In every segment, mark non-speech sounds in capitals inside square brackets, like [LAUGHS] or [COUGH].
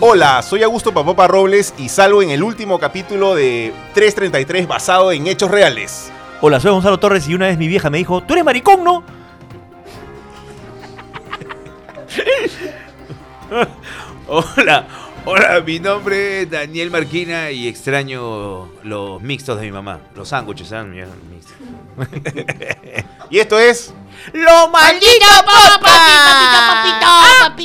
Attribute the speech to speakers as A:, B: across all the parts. A: Hola, soy Augusto Papopa Robles y salgo en el último capítulo de 333 basado en hechos reales.
B: Hola, soy Gonzalo Torres y una vez mi vieja me dijo, tú eres maricón, ¿no?
C: Hola, hola, mi nombre es Daniel Marquina y extraño los mixtos de mi mamá. Los sándwiches, ¿saben? Mira, mixtos.
A: Y esto es
C: ¡Lo maldito
D: Ah,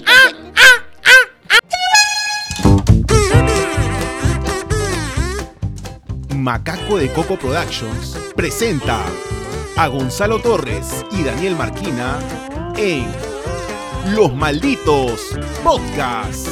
E: Macaco de Coco Productions presenta a Gonzalo Torres y Daniel Marquina en Los Malditos Podcast.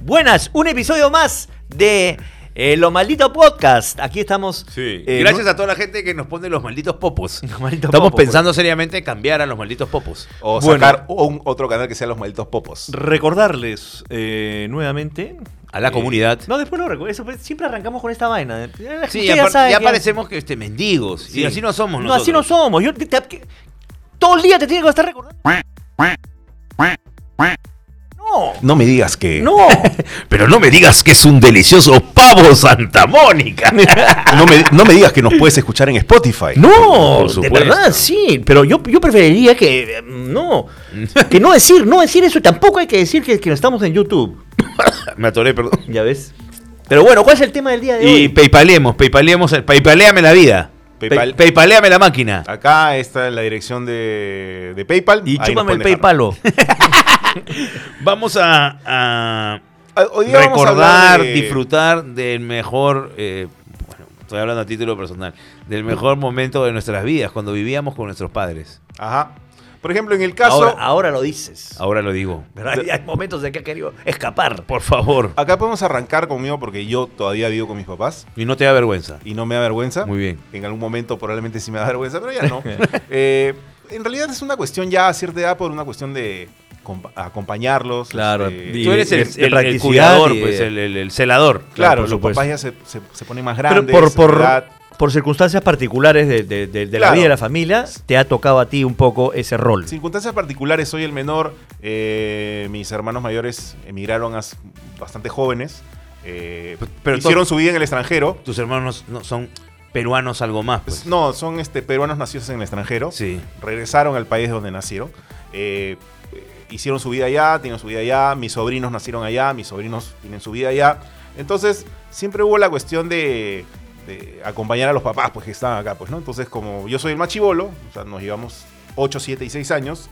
B: Buenas, un episodio más de eh, Lo Maldito Podcast. Aquí estamos.
C: Sí.
B: eh,
C: Gracias
B: ¿no? pues.
C: a toda la gente que nos pone los
B: [LAUGHS]
C: malditos popos.
B: Lo Maldito
C: Estamos
B: Podcast.
C: pensando seriamente en cambiar a los malditos popos.
A: o
B: Bueno.
A: sacar un otro canal que sea Los Malditos Popos.
B: Recordarles eh, nuevamente.
C: A la
B: eh,
C: comunidad.
B: No, después lo recuerdo. Eso fue- siempre arrancamos con esta vaina. Eh, la
C: Sí,
B: gente
C: apar-
B: sabe
C: ya
B: que-
C: parecemos que este, mendigos.
B: Sí.
C: Y así no somos
B: No, así no
C: nosotros.
B: somos. Yo te- te- que- todo el día te tiene que estar recordando. No.
A: No me digas que.
B: [LAUGHS] No.
C: [LAUGHS] Pero no me digas que es un delicioso pavo [LAUGHS] Santa Mónica.
A: No me, no me digas que nos puedes escuchar en Spotify.
B: No,
C: Por
B: de
C: supuesto.
B: verdad, sí, pero yo, yo preferiría que eh, no,
C: [LAUGHS]
B: que no decir, no decir eso, tampoco hay que decir que, que estamos en YouTube,
C: me
B: [LAUGHS]
C: atoré, perdón.
B: ya ves. Pero bueno, ¿cuál es el tema del día de
C: Y
B: hoy?
C: paypalemos, paypalemos, el- paypaleame la vida.
A: Paypal.
C: Paypal. Paypaleame la máquina.
B: Ah.
A: Acá está la dirección de, de PayPal.
B: Y
A: Ahí nos
B: chúpame el
A: pueden dejar.
B: [LAUGHS] PayPalo.
C: Vamos a, a
A: Ah, Hoy día vamos a
C: recordar,
A: hablar de-
C: disfrutar del mejor, eh, bueno, estoy hablando a título personal, del mejor momento de nuestras vidas, cuando vivíamos con nuestros padres.
A: Ajá. Por ejemplo, en el caso.
B: ahora, ahora lo dices.
C: Ahora lo digo.
B: ¿verdad? Y Hay momentos en que ha querido escapar.
C: Por favor.
B: ah-
A: Acá podemos arrancar conmigo porque yo todavía vivo con mis papás
C: Y no te da vergüenza.
A: y no me da vergüenza.
C: Muy bien.
A: En algún momento probablemente sí me da vergüenza, pero ya
B: [LAUGHS]
A: no. Eh, en realidad es una cuestión ya a cierta edad por una cuestión de compa- acompañarlos. este,
B: y-
C: Tú eres
B: de-
C: el,
B: de
C: el- el
B: practicidad
C: cuidador,
B: y-
C: pues, el, el- el celador.
A: claro,
B: por
A: los
B: supuesto.
A: papás ya se, se, se ponen más
B: Pero
A: grandes.
B: por, por-
A: la edad-
B: por circunstancias particulares de, de- de- de la
A: Claro.
B: vida de la familia, te ha tocado a ti un poco ese rol.
A: circunstancias particulares, soy el menor. eh, mis hermanos mayores emigraron as- bastante jóvenes. eh,
C: Pero
A: hicieron
C: tú-
A: su vida en el extranjero.
C: Tus hermanos no, son peruanos algo más. pues.
A: No, son este, peruanos nacidos en el extranjero.
C: Sí.
A: regresaron al país donde nacieron. Eh, eh, hicieron su vida allá, tienen su vida allá, mis sobrinos nacieron allá, mis sobrinos tienen su vida allá. Entonces, siempre hubo la cuestión de, de acompañar a los papás, pues que estaban acá, pues, ¿no? Entonces, como yo soy el machibolo, o sea, nos llevamos 8, 7 y 6 años.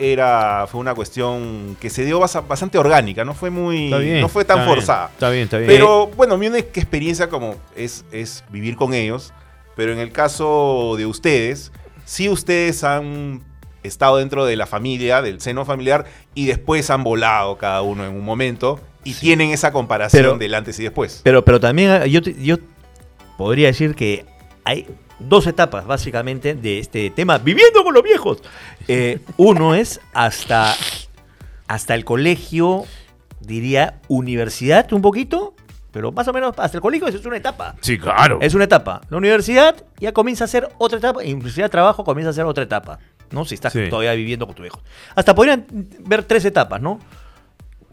A: Era, fue una cuestión que se dio basa- bastante orgánica, no fue muy.
C: Está bien,
A: no fue tan
C: está bien,
A: forzada.
C: Está bien, está bien.
A: Pero bueno, mi única experiencia como es, es vivir con ellos. Pero en el caso de ustedes, sí ustedes han estado dentro de la familia, del seno familiar, y después han volado cada uno en un momento y tienen esa comparación
B: Pero-
A: del antes y después.
B: Pero, pero también ah, yo, te- yo podría decir que hay dos etapas básicamente de este tema, viviendo con los viejos. Eh, uno es hasta, hasta el colegio, diría universidad un poquito, pero más o menos hasta el colegio eso es una etapa.
C: Sí, claro.
B: Es una etapa. La universidad ya comienza a ser otra etapa, E inclusive trabajo comienza a ser otra etapa, ¿no? Si estás
C: Sí.
B: todavía viviendo con tu hijo. Hasta podrían ver tres etapas, ¿no?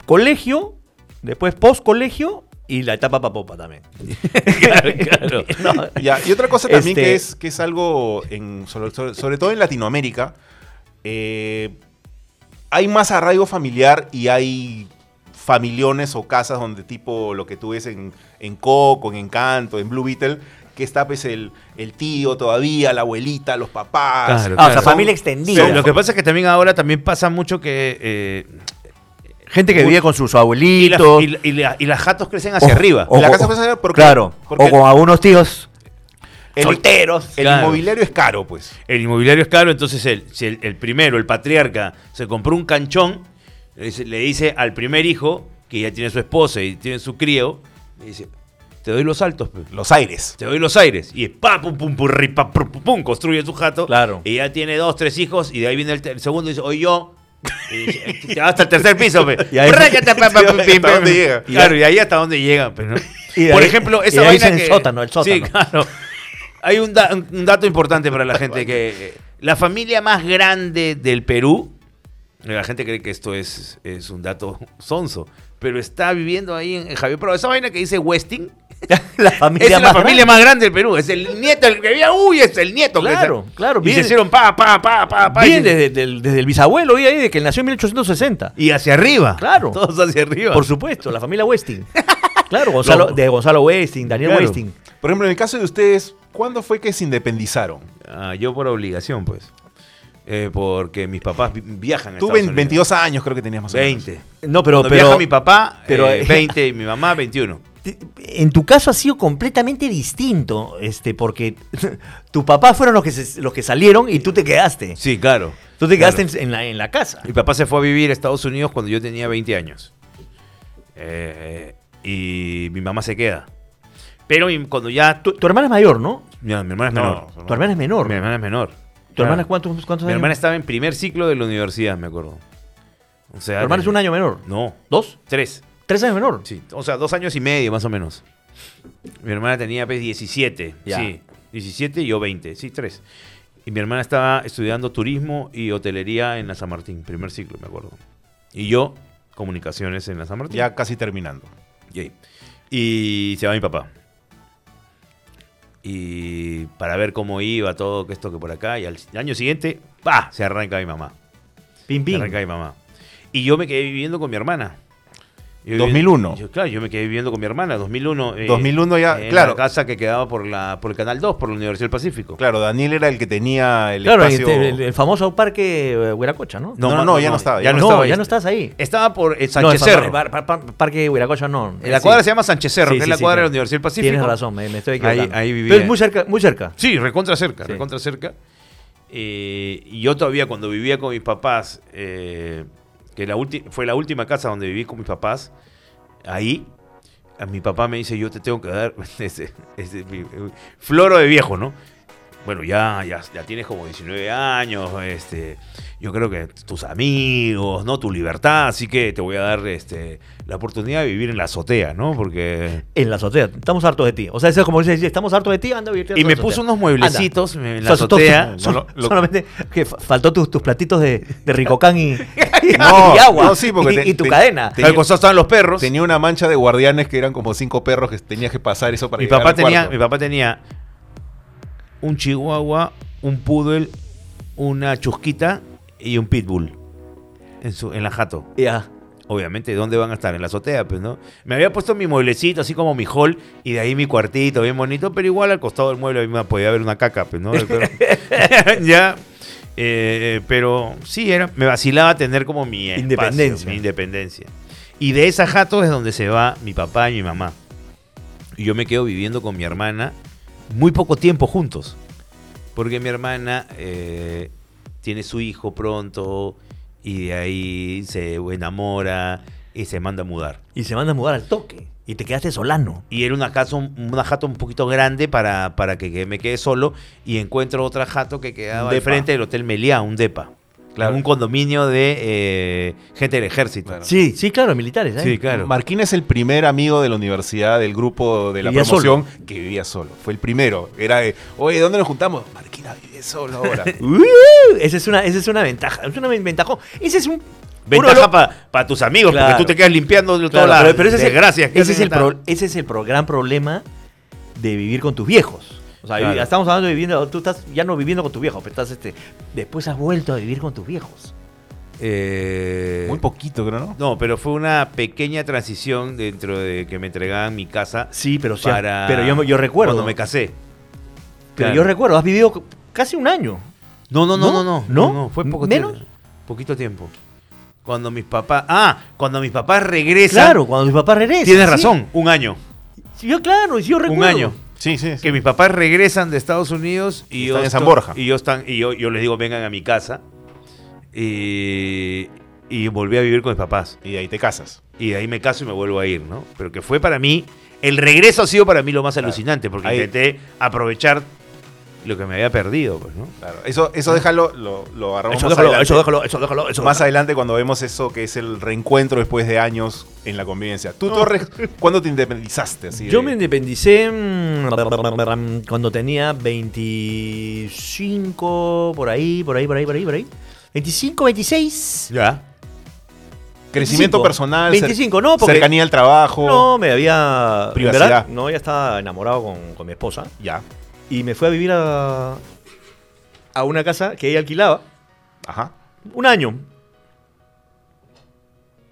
B: Colegio, después post-colegio y la etapa papopa también.
C: [LAUGHS] claro, claro.
B: [LAUGHS] No.
A: Ya, y otra cosa también
B: Este-
A: que, es, que es algo, en, sobre, sobre- sobre todo en Latinoamérica, eh, hay más arraigo familiar y hay familiones o casas donde tipo lo que tú ves en, en Coco, en Encanto, en Blue Beetle, que está pues el, el tío todavía, la abuelita, los papás.
C: Claro,
B: Ah, o sea,
C: Son-
B: familia
C: Sí,
B: extendida.
C: lo que pasa es que también ahora también pasa mucho que eh,
B: Gente que
C: Uy.
B: vive con sus
C: y, las-
B: abuelitos.
C: y la- y la- y las jatos crecen hacia
B: o-
C: arriba.
B: o
A: La
B: con-
A: casa puede ser porque-
B: claro.
A: porque-
B: o con algunos tíos
A: El,
B: solteros.
A: el
C: ah, Claro.
A: inmobiliario es caro, pues.
C: El inmobiliario es caro, entonces el, si el, el primero, el patriarca, se compró un canchón, le dice, le dice al primer hijo, que ya tiene su esposa y tiene su crío, le dice, te doy los altos, pe,
A: Los aires.
C: te doy los aires. Y es pa, pum, pum, purri, pa, pru, pum, pum, construye su jato.
B: Claro.
C: Y ya tiene dos, tres hijos, y de ahí viene el, te- el segundo y dice, oye yo, Y dice, te vas hasta el tercer piso, pe.
B: [LAUGHS] Y ahí-
C: Rácata, pa, pa,
A: Sí,
B: [LAUGHS]
C: pim,
A: hasta
C: pim, pim.
A: dónde llega.
C: Claro, y ahí hasta donde llegan, pero
B: Y de
C: Por
B: ahí-
C: ejemplo,
B: y
C: esa
B: de ahí
C: vaina
B: dicen
C: que-
B: sótano, el sótano.
C: Sí, claro. Hay un, da- un dato importante para la
B: [LAUGHS]
C: gente que eh, la familia más grande del Perú, la gente cree que esto es, es un dato sonso, pero está viviendo ahí en, en Javier Prado. Esa vaina que dice Westing
B: la familia
C: es la
B: más
C: familia más grande del Perú. Es el nieto, el que había, uy, es el nieto. que
B: Claro,
C: está-
B: claro,
C: Y
B: viene-
C: se hicieron pa, pa, pa, pa, pa. y
B: Bien
C: se-
B: desde, del- desde el bisabuelo y ahí de que él nació en 1860.
C: Y hacia arriba.
B: Claro.
C: [LAUGHS] Todos hacia arriba.
B: Por supuesto, la familia
C: [LAUGHS]
B: Westing. Claro, Gonzalo,
C: No.
B: de Gonzalo Westing, Daniel
C: Claro.
B: Westing.
A: Por ejemplo, en el caso de ustedes, ¿cuándo fue que se independizaron?
C: Ah, yo por obligación, pues. Eh, porque mis papás vi- viajan. a
A: Tú
C: Estados
A: vein-
C: Unidos.
A: 22 años creo que tenías más o menos.
C: 20.
B: No, pero,
C: Cuando
B: pero
C: viaja mi papá,
B: pero, [LAUGHS]
C: eh,
B: eh,
C: 20 y mi mamá, 21.
B: te- en tu caso ha sido completamente distinto, este, porque [LAUGHS] tus papás fueron los que, se- los que salieron y tú te quedaste.
C: Sí, claro.
B: Tú te
C: Claro.
B: quedaste en, en la, en la casa.
C: Mi papá se fue a vivir a Estados Unidos cuando yo tenía 20 años. Eh, y mi mamá se queda. Pero mi- cuando ya...
B: Tu, tu hermana es mayor, ¿no?
C: Mira, mi hermana es
A: No,
C: menor.
A: no,
B: Tu hermana es menor.
C: Mi hermana es menor.
B: ¿Tu
C: Claro.
B: hermana cuántos, cuántos
C: Mi
B: años?
C: hermana estaba en primer ciclo de la universidad, me acuerdo. O sea,
B: tu hermana es un año menor.
C: No,
B: ¿Dos?
C: tres.
B: ¿Tres años menor?
C: Sí, o sea, dos años y medio más o menos. Mi hermana tenía pues, 17.
B: Ya.
C: Sí, 17 y yo 20. Sí, tres. Y mi hermana estaba estudiando turismo y hotelería en la San Martín, primer ciclo, me acuerdo. Y yo, comunicaciones en la San Martín.
A: Ya casi terminando.
C: Yay. Y se va mi papá. Y para ver cómo iba todo, que esto que por acá. Y al año siguiente, pa, se arranca mi mamá.
B: Pim,
C: Se
B: pim.
C: arranca mi mamá. Y yo me quedé viviendo con mi hermana. Yo vivi-
A: 2001.
C: yo, claro, yo me quedé viviendo con mi hermana, 2001. eh,
A: 2001 ya,
C: en
A: claro.
C: la casa que quedaba por, la, por el Canal 2, por la Universidad del Pacífico.
A: Claro, Daniel era el que tenía el
B: Claro,
A: espacio.
B: este, el, el famoso parque eh, Huiracocha, ¿no?
A: No, no, ya no estaba, ya
B: no,
C: estaba
B: ya
C: ahí.
B: no estás ahí.
C: Estaba por eh,
B: No, el
C: Sánchez
B: fa-
C: Cerro.
B: el bar- par- par- parque Huiracocha no.
C: En la
B: Sí.
C: cuadra se llama Sánchez Cerro,
B: Sí,
C: que
B: sí,
C: es la
B: sí,
C: cuadra
B: claro.
C: de la Universidad del Pacífico.
B: Tienes razón, me, me estoy equivocando.
C: Ahí- ahí vivía.
B: Pero es muy cerca, muy cerca.
C: Sí, recontra cerca,
B: Sí.
C: recontra cerca. Eh, y yo todavía cuando vivía con mis papás, eh, que la ulti- fue la última casa donde viví con mis papás, ahí a mi papá me dice, yo te tengo que dar [LAUGHS] ese, ese- mi- floro de viejo, ¿no? Bueno, ya, ya, ya tienes como 19 años, este, yo creo que tus amigos, ¿no? Tu libertad, así que te voy a dar este, la oportunidad de vivir en la azotea, ¿no? Porque...
B: En la azotea. Estamos hartos de ti. O sea, eso es como dice, estamos hartos de ti, anda a vivirte
C: Y
B: en
C: me
B: la
C: puso
B: azotea.
C: unos mueblecitos me- en
B: Anda.
C: la
B: Sol- sol-
C: azotea.
B: sol- [LAUGHS]
A: No, lo- lo-
B: solamente que fa- faltó tus, tus platitos de, de ricocán
A: [LAUGHS]
B: y, y-
A: No,
B: y agua. [LAUGHS]
A: no, sí, porque
B: y,
A: te-
B: y tu
A: te-
B: cadena.
A: te- Tenía-
C: Al costado estaban los perros.
A: Tenía una mancha de guardianes que eran como cinco perros que tenías que pasar eso para
C: mi,
A: llegar
C: papá
A: al
C: tenía
A: cuarto.
C: mi papá tenía un chihuahua, un poodle, una chusquita y un pitbull en, su, en la jato.
B: Ya.
C: Obviamente, ¿dónde van a estar? En la azotea, pues, ¿no? Me había puesto mi mueblecito, así como mi hall, y de ahí mi cuartito, bien bonito, pero igual al costado del mueble me podía haber una caca, pues, ¿no? Pero- [LAUGHS] ya. eh, pero sí, era, me vacilaba tener como mi espacio,
B: Independencia.
C: mi independencia. Y de esa jato es donde se va mi papá y mi mamá. Y yo me quedo viviendo con mi hermana muy poco tiempo juntos. Porque mi hermana eh, tiene su hijo pronto y de ahí se enamora y se manda a mudar.
B: Y se manda a mudar al toque. Y te quedaste solano.
C: Y era una, casa, una jato un poquito grande para, para que, que me quede solo y encuentro otra jato que quedaba
A: Un
C: de
A: depa.
C: frente del Hotel Meliá, un depa.
A: Claro.
C: Un condominio de eh, gente del ejército.
A: Claro.
B: Sí, sí, claro, militares. ¿eh?
C: Sí, claro.
A: Marquín es el primer amigo de la universidad, del grupo de la
B: Vivía
A: promoción, que vivía solo. Fue el primero. Era de, oye, ¿dónde nos juntamos? Marquín ah, vive solo
C: [LAUGHS]
A: ahora.
B: Uh, esa, es una, esa es una ventaja. Es una ventaja. Ese es un. uno de
C: Ventaja
B: los-
C: para tus amigos,
B: Claro.
C: porque tú te quedas limpiando
B: Claro,
C: todas las
B: pero, pero ese es el,
C: desgracias que
B: ese es
C: hacen
B: el
C: esta-
B: pro- ese es el pro- gran problema de vivir con tus viejos. O sea,
C: Claro.
B: ya estamos hablando de viviendo, tú estás ya no viviendo con tus viejos, pero estás este, después has vuelto a vivir con tus viejos.
C: Eh,
A: Muy poquito, creo, ¿no?
C: No, pero fue una pequeña transición dentro de que me entregaban mi casa
B: Sí, pero sí,
C: para.
B: pero yo, yo recuerdo,
C: Cuando me casé.
B: pero
C: Claro.
B: yo recuerdo, has vivido c- casi un año.
C: No, no, no,
B: ¿No?
C: no, no.
B: ¿No?
C: fue poco
B: ¿Menos?
C: tiempo. Poquito tiempo. Cuando mis papás. Ah, cuando mis papás regresan.
B: Claro, cuando mis papás regresan.
C: Tienes
B: sí.
C: razón, un año.
B: Sí, Yo claro, sí, yo recuerdo.
C: Un año.
A: Sí, sí. sí.
C: Que mis papás regresan de Estados Unidos y
A: Están
C: yo
A: en San
C: estoy-
A: Borja.
C: Y yo están, y yo, yo les digo, vengan a mi casa. Y, y volví a vivir con mis papás.
A: Y de ahí te casas.
C: y de ahí me caso y me vuelvo a ir, ¿no? Pero que fue para mí, el regreso ha sido para mí lo más alucinante, porque
A: Ahí-
C: intenté aprovechar lo que me había perdido, pues, ¿no?
A: Claro, Eso, eso déjalo, lo, lo agarramos
B: Eso
A: más
B: déjalo,
A: adelante.
B: eso déjalo, eso déjalo, eso
A: más
B: déjalo.
A: adelante cuando vemos eso que es el reencuentro después de años en la convivencia. Tú, Torres, ¿cuándo te independizaste? Así
B: Yo
A: de-
B: me independicé mm, cuando tenía 25, por ahí, por ahí, por ahí, por ahí, por ahí. 25, 26.
C: Ya.
A: Crecimiento
B: 25.
A: personal, cer-
B: 25, no, porque-
A: cercanía al trabajo.
B: No, me había. en
A: Privacidad.
B: verdad, No, ya estaba enamorado con, con mi esposa.
A: Ya,
B: Y me fui a vivir a. a una casa que ella alquilaba.
A: ajá.
B: Un año.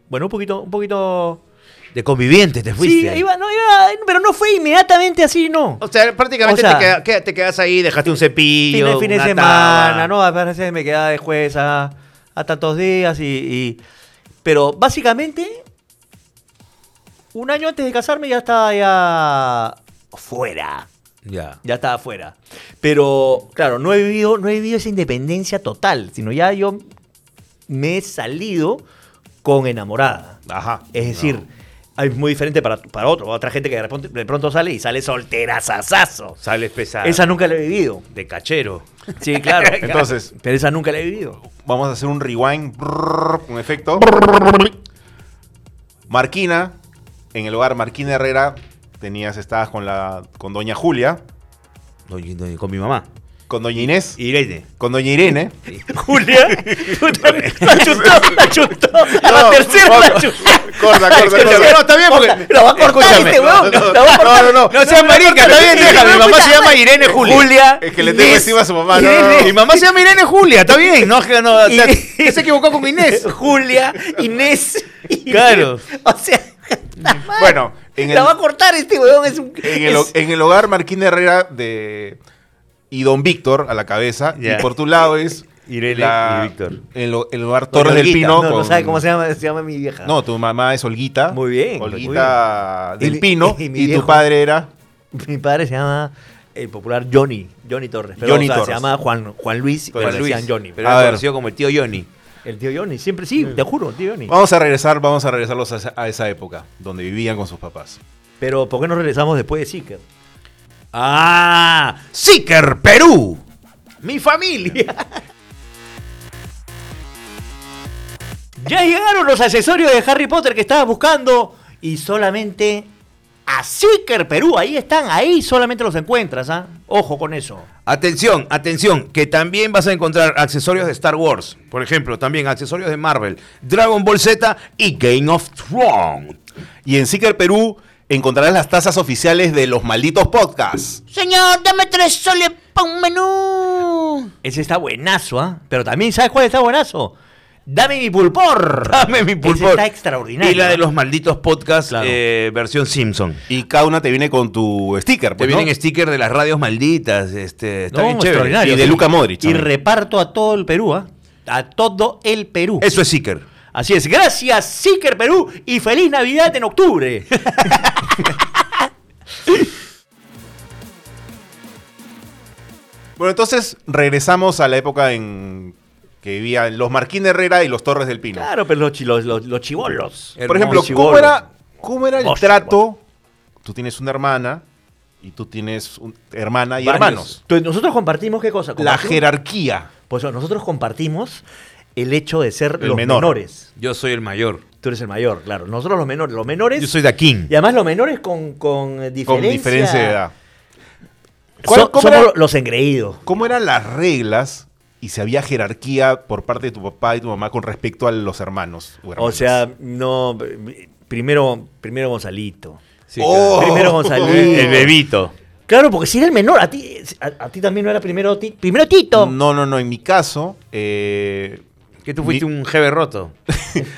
B: Bueno, un poquito, un poquito.
C: De conviviente te fuiste.
B: Sí, iba, no, iba, pero no fue inmediatamente así, no.
C: O sea, prácticamente
B: O sea,
C: te, queda- queda- te quedas ahí, dejaste un
B: fin,
C: cepillo.
B: de- fin de
C: una
B: semana,
C: taba.
B: ¿no? A veces me quedaba de juez a, a tantos días y, y- Pero básicamente, un año antes de casarme ya estaba ya fuera.
C: Ya.
B: Ya estaba fuera. Pero, claro, no he vivido, no he vivido esa independencia total, sino ya yo me he salido con enamorada.
A: Ajá.
B: Es decir, es muy diferente para, para otro. Otra gente que de pronto, de pronto sale y sale soltera, sasazo.
C: Sales pesado.
B: Esa nunca la he vivido.
C: De cachero.
B: Sí, claro.
A: [LAUGHS] Entonces,
B: Pero esa nunca la he vivido.
A: vamos a hacer un rewind brrr, con efecto. Marquina, en el hogar Marquina Herrera, tenías, estabas con la con doña Julia,
C: No, yo- no, yo con mi mamá.
A: con doña Inés,
C: Irene.
A: con doña Irene.
B: Julia,
A: [LAUGHS]
B: la chutó, la chutó. A la
A: No,
B: tercera
A: no,
B: la
A: no.
B: chutó.
A: Corta, corta,
B: Es que
A: corta.
B: no,
A: No, está bien porque-
B: corta. La va a cortar
A: Escúchame.
B: este huevón,
A: No, no,
B: la va a cortar.
A: no, no, no.
C: No seas marica, está bien, déjalo. Mi mamá se
B: pues.
C: llama Irene Julia.
B: Julia.
A: Es que le tengo
B: Inés,
A: estima a su mamá. no, no,
B: Irene.
A: no.
C: Mi mamá se llama Irene Julia, está bien. No, que no, o
B: [LAUGHS]
C: sea,
B: Irene.
C: que se equivocó con Inés.
B: [LAUGHS] Julia,
A: [LAUGHS]
B: Inés. Irene.
C: Claro.
B: O sea,
A: Bueno, en el,
B: la va a cortar este huevón. Es un,
A: en el,
B: es-
A: en el hogar Marquina Herrera de y Don Víctor a la cabeza.
C: Ya.
A: Y por tu lado es
C: Irene y Víctor.
A: El, ho- el hogar Torres del
C: Olguita.
A: Pino.
B: no, no
A: con-
B: sabe cómo se llama, se llama mi vieja.
A: No, tu mamá es Olguita.
B: Muy bien, pues,
A: Olguita
B: muy bien.
A: del
B: Y mi-
A: Pino.
B: [LAUGHS] y
A: Y,
B: mi
A: tu
B: viejo.
A: padre era.
B: [LAUGHS] Mi padre se llama el popular Johnny, Johnny Torres. Pero,
A: Johnny
B: o sea,
A: Torres.
B: Se llama Juan, Juan Luis,
C: Pero
B: pero
C: Luis,
B: decían Johnny.
C: Pero Mm.
A: A
C: era
A: ver.
C: conocido como el tío Johnny.
B: El tío Johnny, siempre sí, te juro, el tío Johnny.
C: Oh.
A: Vamos a regresar, vamos a regresarlos a esa, a esa época, donde vivían con sus papás.
B: Pero ¿por qué no regresamos después de Seeker?
C: Ah, Siker Perú. Mi familia.
B: Ya llegaron los accesorios de Harry Potter que estabas buscando y solamente a Seeker Perú, ahí están, ahí solamente los encuentras, ¿ah? Ojo con eso.
C: Atención, atención, que también vas a encontrar accesorios de Star Wars, por ejemplo, también accesorios de Marvel, Dragon Ball Z y Game of [LAUGHS] Thrones.
A: Y en Seeker Perú encontrarás las tazas oficiales de los malditos podcasts.
D: Señor, dame tres soles pa' un menú.
B: Ese está buenazo, ¿ah? Pero también, ¿sabes cuál está buenazo? Dame mi pulpor.
C: Dame mi
B: Ese
C: pulpón.
B: está extraordinario.
C: Y la de
B: ¿ah?
C: los malditos podcasts,
B: Claro.
C: eh, versión Simpson.
A: Y cada una te viene con tu sticker.
C: Te
A: pues,
C: vienen
A: ¿no?
C: stickers de las radios malditas, este, está
B: No,
C: bien chévere.
B: extraordinario.
A: Y de Luka Modric
B: Y
A: también.
B: reparto a todo el Perú, ¿ah? A todo el Perú.
C: Eso es Seeker.
B: Así es, gracias Seeker Perú y feliz Navidad en octubre.
A: Bueno, entonces regresamos a la época en que vivían los Marquín Herrera y los Torres del Pino.
B: claro, pero los, chi- los, los, los chibolos.
A: Por ejemplo,
B: Hermoso.
A: ¿cómo era, cómo era el
B: Hermoso,
A: trato? Tú tienes una hermana y tú tienes un- hermana y
C: Varios.
A: hermanos.
B: Entonces, nosotros compartimos qué cosa?
A: La
B: Compartimos-
A: jerarquía.
B: Pues nosotros compartimos el hecho de ser
A: El
B: los
A: menor.
B: menores.
C: Yo soy el mayor.
B: Tú eres el mayor, claro. Nosotros los menores. Los menores.
C: Yo soy Daquín.
B: Y además los menores con, con eh, diferencia.
A: Con diferencia de edad.
B: So-
A: ¿Cuál- cómo
B: somos
A: era-
B: los engreídos.
A: ¿Cómo eran las reglas y si había jerarquía por parte de tu papá y tu mamá con respecto a los hermanos?
B: O sea, no. Primero, primero Gonzalito.
C: Sí,
A: Oh.
B: Primero
C: claro.
B: Gonzalito.
C: El bebito.
B: Claro, porque si era el menor, a ti, a, a ti también no era primero, ti- primero Tito.
A: no, no, no. En mi caso, eh,
C: Que tú fuiste
A: Mi-
C: un jeve roto.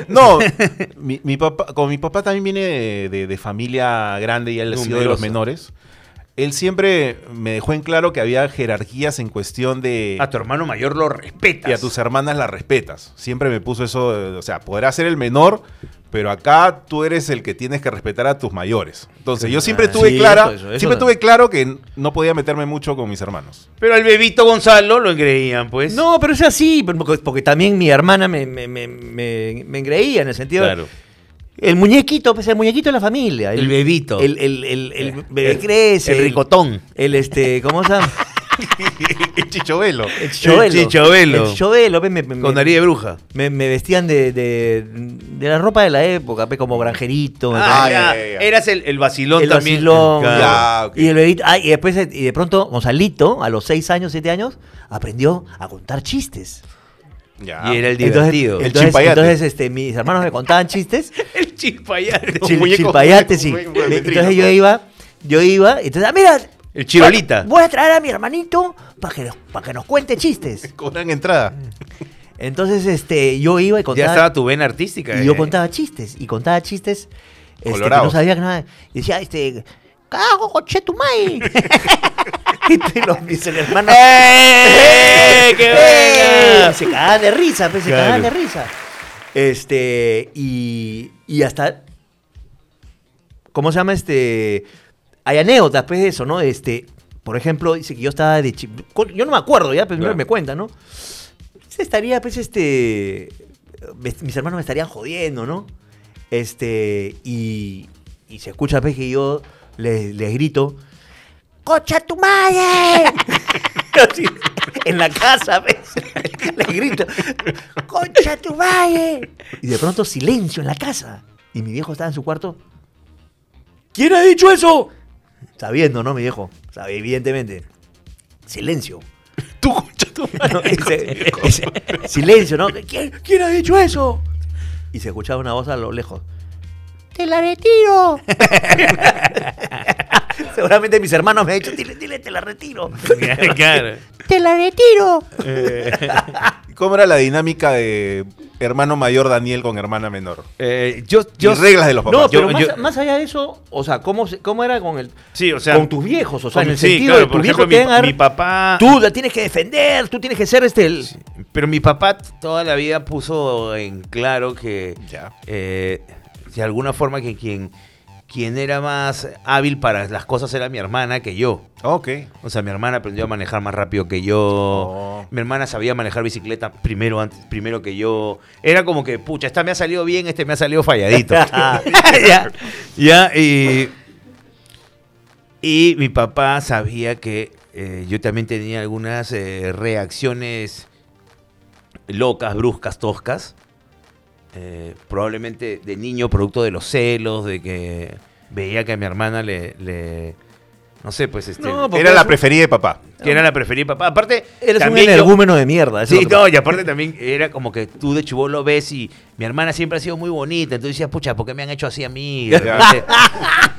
A: No, [LAUGHS] mi, mi papá, como mi papá también viene de, de- de familia grande y él ha sido de los
C: Numerosa.
A: menores, él siempre me dejó en claro que había jerarquías en cuestión de...
C: A tu hermano mayor lo Ah, respetas.
A: Y a tus hermanas las respetas. Siempre me puso eso, eh, o sea, podrás ser el menor, pero acá tú eres el que tienes que respetar a tus mayores. Entonces, yo siempre
B: Ah,
A: tuve
B: sí,
A: clara,
B: eso, eso, eso
A: siempre
B: no.
A: tuve claro que n- no podía meterme mucho con mis hermanos.
C: Pero al bebito Gonzalo lo engreían, pues.
B: No, pero es así, pero porque, porque también mi hermana me, me, me, me- me engreía en el sentido.
C: claro.
B: El muñequito, pues el muñequito de la familia.
C: El bebito. Eh,
B: El, el, el- el bebé crece.
C: El ricotón. [LAUGHS]
B: El, este, ¿cómo se llama?
A: El chichovelo.
B: El chichovelo.
C: El chichovelo.
B: El chichovelo, pe, me, me-
C: Con nariz de bruja.
B: me- me vestían de, de- de la ropa de la época, pe, como granjerito.
C: Ah,
A: Ay,
C: ya.
A: ay, ay.
C: Eras el, el vacilón
B: el
C: también.
B: vacilón.
C: Claro.
A: Ya, ok.
B: Y el bebito- ah, y después, eh, y de pronto, Gonzalito, a los 6 años, 7 años, aprendió a contar chistes.
A: Ya.
C: Y era el
B: Entonces,
C: divertido.
A: El
B: entonces,
A: chimpayate.
B: entonces, este, mis hermanos me contaban chistes.
C: El chispayate.
A: Un
B: chil-
A: muñeco,
B: chilpayate,
A: un
B: sí.
A: muñeco de
B: Entonces
A: vitrina.
B: yo iba, yo iba, entonces, ah, mira.
C: El chirolita.
B: Voy a traer a mi hermanito para que, nos- para que nos cuente chistes.
A: Cobran entrada.
B: Entonces, este, yo iba y
C: Ya
B: contaba.
C: estaba tu vena artística.
B: Y yo
C: eh.
B: contaba chistes, y contaba chistes este, que no
A: Colorados.
B: sabía nada. Y decía, este, cago, coche tu mai. [LAUGHS] y los, mis hermanos.
C: ¡Eh! ¡Qué
B: ¡Eh!
C: buena!
B: Y se cagaban de risa, pues, se
C: Claro.
B: cagaban de risa. Este, y, y hasta. ¿Cómo se llama este? Hay anécdotas, pues, de eso, ¿no? Este, por ejemplo, dice que yo estaba de. chi- Yo no me acuerdo ya, pero
C: Claro.
B: me cuenta, ¿no? Se estaría, pues, este. me- Mis hermanos me estarían jodiendo, ¿no? Este, y. Y se escucha, pues, que yo les, les grito.
D: ¡Cocha tu madre!
B: Así, en la casa, ¿ves? Le grito,
D: ¡Cocha tu madre!
B: Y de pronto silencio en la casa. Y mi viejo estaba en su cuarto. ¿Quién ha dicho eso? Sabiendo, ¿no, mi viejo? Sabe, evidentemente. Silencio.
A: Tú, concha tu madre.
B: [LAUGHS] No, ese- ese- silencio, ¿no? ¿Quién, quién ha dicho eso? Y se escuchaba una voz a lo lejos. [LAUGHS]
D: ¡Te la retiro!
B: Seguramente mis hermanos me han dicho, dile, dile, te la retiro.
C: Claro.
D: ¡Te la retiro!
A: ¿Cómo era la dinámica de hermano mayor Daniel con hermana menor?
C: Eh, yo, yo,
A: Yo, reglas de los papás.
B: No, pero
C: Yo-
B: más,
C: yo-
B: más allá de eso, o sea, ¿cómo, se- cómo era con el,
C: Sí, o sea,
B: con tus viejos? O sea,
C: con-
B: en el
C: sí,
B: sentido
C: claro,
B: de
C: por
B: tus
C: ejemplo,
B: viejos
C: mi,
B: que
C: mi papá.
B: Tú la tienes que defender, tú tienes que ser este el...
C: Pero mi papá toda la vida puso en claro que
A: Ya.
C: eh, de alguna forma que quien, quien era más hábil para las cosas era mi hermana que yo.
A: Ok.
C: O sea, mi hermana aprendió a manejar más rápido que yo.
A: Oh.
C: Mi hermana sabía manejar bicicleta primero antes, primero que yo. Era como que, pucha, esta me ha salido bien, este me ha salido
B: [LAUGHS]
C: falladito. [LAUGHS] ya, ya, y, y mi papá sabía que eh, yo también tenía algunas eh, reacciones locas, bruscas, toscas. Eh, probablemente de niño, producto de los celos, de que veía que a mi hermana le. le- no sé, pues este.
B: No, porque
A: Era la
B: es un-
A: preferida de papá.
C: que era la preferida de papá. Aparte,
B: Eres un
C: también yo-
B: energúmeno de mierda. eso
C: Sí,
B: es lo que
C: no, y aparte también era como que tú de chubón lo ves y mi hermana siempre ha sido muy bonita. Entonces decías, pucha, ¿por qué me han hecho así a [LAUGHS] mí? De
A: Ya.
C: repente, [LAUGHS]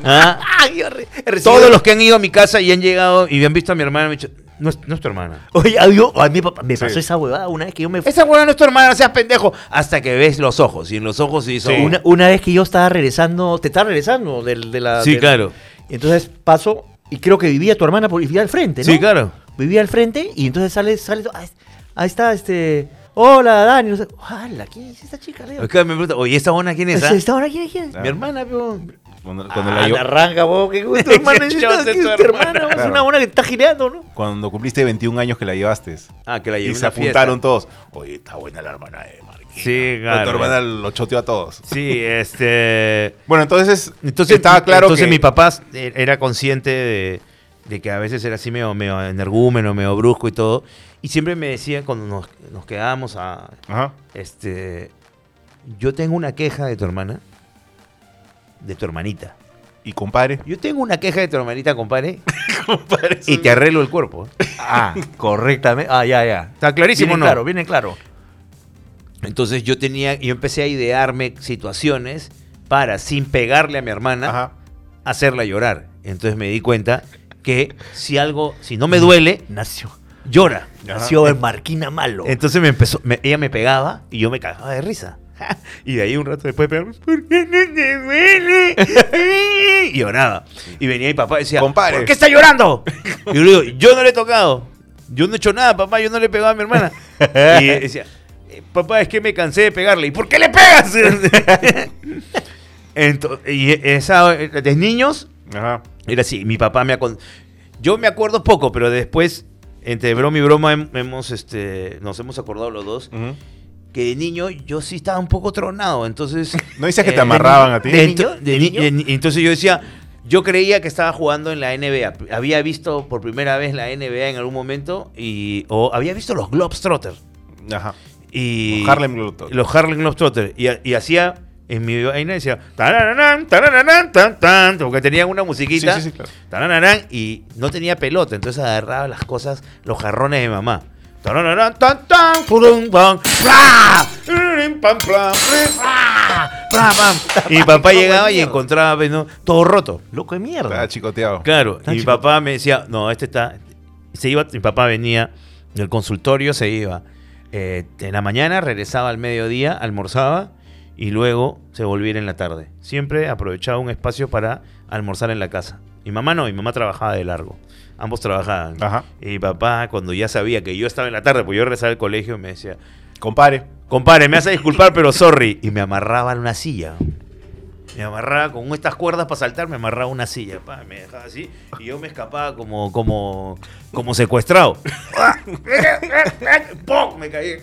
C: ¿ah?
B: pasa. Yo re- he recibido-
C: [LAUGHS] Todos los que han ido a mi casa y han llegado y han visto a mi hermana, me han dicho, no es, no es tu hermana.
B: Oye, a, yo- a mi papá me
A: Sí.
B: pasó esa huevada una vez que yo me...
C: Esa huevona no es tu hermana, no seas pendejo. Hasta que ves los ojos. Y en los ojos sí son.
B: Una, una vez que yo estaba regresando, te estaba regresando del- de, la...
C: Sí,
B: del-
C: claro.
B: Entonces paso y creo que vivía tu hermana por vivía al frente, ¿no?
C: Sí, claro.
B: Vivía al frente y entonces sale, sale, ah, es- ahí está este... Hola, Dani. No sé, "Hala, ¿Quién es esta chica, Leo?
C: Acá me pregunta, oye, ¿esa huevona quién es? ah?"
B: ¿Está ahora quién es quién?
A: Ah.
C: Mi hermana, peón.
A: Cuando, cuando la
B: Ah,
A: yo-
B: la arranca, vos, que
C: [LAUGHS]
B: tu hermana, es
C: Yo sé tu
B: tu hermana, vos, es
A: Claro.
B: una buena que te está girando, ¿no?
A: cuando cumpliste 21 años que la llevaste.
C: Ah, que la llevé
A: Y
C: a
A: se
C: una fiesta.
A: apuntaron todos. Oye, está buena la hermana de Marquina.
C: Sí, claro.
A: Tu hermana lo choteó a todos.
C: Sí, este.
A: Bueno, entonces,
C: Entonces
A: estaba claro
C: entonces
A: que
C: mi papá eh, era consciente de, de que a veces era así medio, medio energúmeno, medio brusco y todo. Y siempre me decía cuando nos, nos quedábamos a...
A: Ajá.
C: Este, yo tengo una queja de tu hermana. De tu hermanita.
A: Y compadre.
C: Yo tengo una queja de tu hermanita, compadre. [LAUGHS] y te arreglo el cuerpo. ¿eh?
B: Ah, correctamente. Ah, ya, ya.
C: Está clarísimo,
B: Viene
C: ¿no?
B: claro, viene claro.
C: Entonces yo tenía, yo empecé a idearme situaciones para, sin pegarle a mi hermana,
A: Ajá.
C: hacerla llorar. Entonces me di cuenta que si algo, si no me duele, [LAUGHS]
B: Nació.
C: llora.
A: Ajá.
B: Nació
C: Eh,
B: en Marquina Malo.
C: Entonces me empezó, me- ella me pegaba y yo me cagaba de risa. [LAUGHS] y de ahí un rato después pegarme, ¿por qué no te duele? [LAUGHS] y lloraba. Y venía mi papá y decía,
A: Compadre.
C: ¿por qué está llorando? y yo le digo, yo no le he tocado. Yo no he hecho nada, papá, yo no le he pegado a mi hermana. y decía, "Eh, papá, es que me cansé de pegarle. ¿Y por qué le pegas? [LAUGHS] Entonces, y esa, de niños,
A: Ajá.
C: era así, mi papá me acon- Yo me acuerdo poco, pero después, entre broma y broma, hem- hemos, este, nos hemos acordado los dos
A: Ujú.
C: que de niño yo sí estaba un poco tronado,
A: [LAUGHS]
C: entonces... eh,
A: ¿No dices que te
C: de
A: amarraban
C: ni-
A: a ti?
C: de
A: ¿De
C: niño? de ni- de ni- entonces yo decía, Yo creía que estaba jugando en la NBA. Había visto por primera vez la NBA en algún momento y o había visto los Globetrotters
A: Ajá.
C: y
A: Los Harlem Globetrotters.
C: Los Harlem Globetrotters. Y, y hacía en mi vaina decía "Tarararán, tarararán, tan, tan", porque tenían una musiquita.
A: Sí, sí, sí, claro.
C: Tarararán, y no tenía pelota, entonces agarraba las cosas, los jarrones de mamá. Tarararán, tan, tan,
B: [LAUGHS]
C: purum, pam, ra, rim, pam, pam, rim, ra, ra, pam. Y mi papá llegaba y encontraba pues, ¿no? todo roto.
B: Loco de
A: Está
C: Ah,
B: mierda.
A: chicoteado.
C: Claro, y
B: Tan
C: mi
B: chico.
C: papá me decía, no, este está. Se iba, mi papá venía del consultorio, se iba. eh, en la mañana regresaba al mediodía, almorzaba y luego se volvía en la tarde. Siempre aprovechaba un espacio para almorzar en la casa. Mi mamá no, mi mamá trabajaba de largo. Ambos trabajaban.
A: Ajá.
C: Y mi papá, cuando ya sabía que yo estaba en la tarde, pues yo regresaba al colegio, me decía,
A: Compare.
C: Compadre, me hace disculpar, pero sorry. Y me amarraba en una silla. Me amarraba con estas cuerdas para saltar, me amarraba una silla. pa, me dejaba así y yo me escapaba como, como, como secuestrado. ¡Pum! Me caí.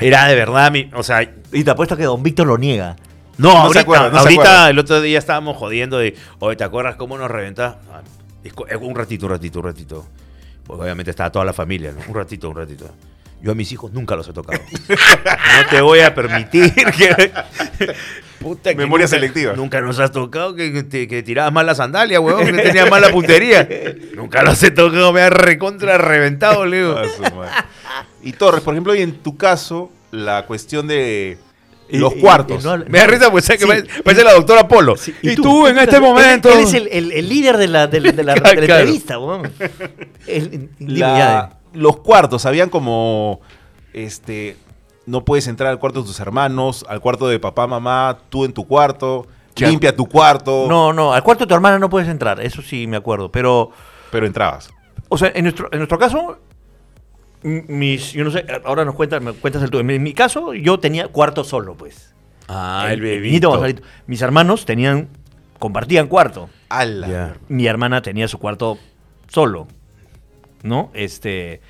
C: Era de verdad, mi, o sea,
B: Y te apuesto que don Víctor lo niega.
C: no,
A: se
C: ahorita,
A: acuerda, no se
C: ahorita
A: acuerda.
C: el otro día estábamos jodiendo de, oye, ¿te acuerdas cómo nos reventás? Ah, discu- eh, Un ratito, un ratito, un ratito. Porque obviamente estaba toda la familia, ¿no? Un ratito, un ratito. Yo a mis hijos nunca los he [LAUGHS] tocado. no te voy a permitir que... Puta
A: Memoria
C: nunca-
A: selectiva.
C: Nunca nos has tocado que, te- que tirabas mal la sandalia, weón, que tenías mala puntería. nunca los he tocado, me has recontra reventado, le digo.
A: Ah, su madre. Y Torres, por ejemplo, y en tu caso, la cuestión de
B: Y-
A: los
B: y-
A: cuartos.
B: y no habla-
C: Me da risa, pues, ¿sabes
B: Sí.
C: que parece- parece la doctora Polo. y, tú, en este
B: Él-
C: momento...
B: Él, es el, el- el líder de la, de la- de
C: [LAUGHS]
B: la- de la
C: Claro.
B: entrevista, weón. El- dime,
A: La-
B: ya,
A: los cuartos, habían como este no puedes entrar al cuarto de tus hermanos, al cuarto de papá, mamá, tú en tu cuarto,
C: Ya.
A: limpia tu cuarto,
B: No, no, al cuarto de tu hermana no puedes entrar, eso sí me acuerdo. Pero,
A: pero entrabas.
B: o sea, en nuestro, en nuestro caso, m- mis, yo no sé, ahora nos cuentas, me cuentas el tuyo. En mi- en mi caso, yo tenía cuarto solo, pues.
C: Ah,
B: El- el niñito Gonzalito. Mis hermanos tenían, compartían cuarto.
A: Ala.
C: Ya.
B: Mi hermana tenía su cuarto solo, ¿no? Este,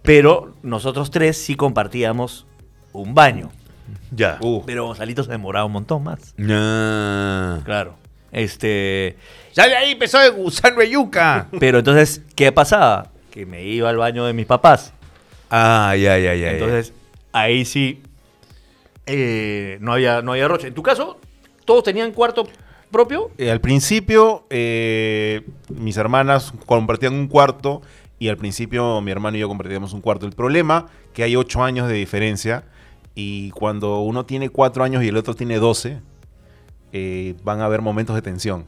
B: pero nosotros tres sí compartíamos un baño.
C: Ya.
A: Uh,
B: Pero Gonzalito se demoraba un montón más.
C: No.
B: Claro. Este,
C: ¡Sale ahí, empezó de gusano de yuca!
B: pero entonces, ¿qué pasaba? Que me iba al baño de mis papás.
C: Ah, ya, ya, ya.
B: Entonces, ahí sí eh, no, había, no había roche. En tu caso, ¿todos tenían cuarto propio?
A: eh, al principio eh, mis hermanas compartían un cuarto y al principio mi hermano y yo compartíamos un cuarto. El problema que hay ocho años de diferencia y cuando uno tiene cuatro años y el otro tiene 12, eh, van a haber momentos de tensión.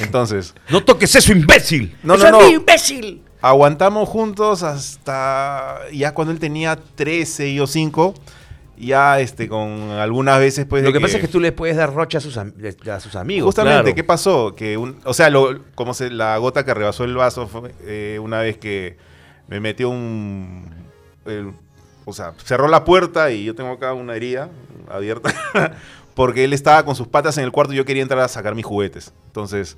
A: Entonces,
C: ¡No toques eso, imbécil!
A: no,
D: ¡Eso
A: no,
D: es
A: no.
D: mi imbécil!
A: Aguantamos juntos hasta ya cuando él tenía 13 y yo 5. Ya este, con algunas veces pues.
C: Lo
A: de
C: que pasa es que tú les puedes dar rocha a sus, am- de- a sus amigos.
A: Justamente,
C: claro.
A: ¿qué pasó? Que un, o sea, lo- como se, la gota que rebasó el vaso fue eh, una vez que me metió un. el- o sea, cerró la puerta y yo tengo acá una herida abierta. porque él estaba con sus patas en el cuarto y yo quería entrar a sacar mis juguetes. Entonces,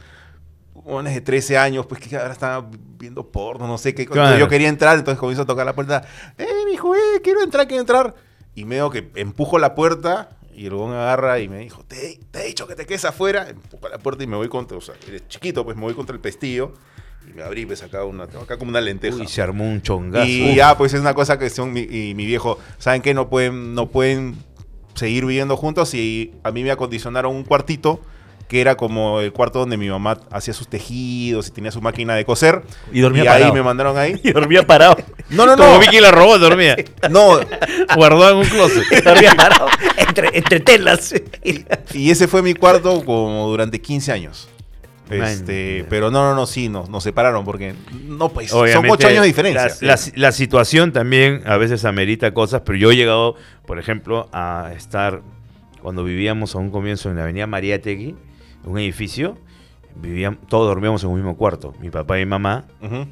A: jóvenes de 13 años, pues que ahora están viendo porno, no sé qué. cosa.
C: Claro.
A: Yo quería entrar, entonces comienzo a tocar la puerta. ¡Eh, mi juguete! Quiero entrar, quiero entrar. Y medio que empujo la puerta y el me agarra y me dijo, te, te he dicho que te quedes afuera. Empujo la puerta y me voy contra, o sea, eres chiquito, pues me voy contra el pestillo. Y me abrí, pues acá una, tengo acá como una lenteja.
C: Uy, se armó un chongazo.
A: Y ya, pues es una cosa que son mi, y mi viejo, ¿saben qué? No pueden, no pueden seguir viviendo juntos y a mí me acondicionaron un cuartito que era como el cuarto donde mi mamá hacía sus tejidos y tenía su máquina de coser.
B: Y dormía
A: ahí
B: parado.
A: me mandaron
B: [LAUGHS]
A: ahí.
B: Y dormía parado.
A: No, no,
C: Como
A: no.
C: Vicky la robó, dormía.
A: No,
C: Guardó en un closet.
B: dormía parado. Entre, entre telas.
A: y ese fue mi cuarto como durante 15 años.
C: Man.
A: Este, pero no, no, no, sí, nos, nos separaron porque no, pues son
C: Obviamente,
A: 8 años de diferencia.
C: La, la- la situación también a veces amerita cosas, pero yo he llegado, por ejemplo, a estar, cuando vivíamos a un comienzo en la avenida María Tegui, un edificio, vivíamos, todos dormíamos en un mismo cuarto, mi papá y mi mamá,
A: Ujú.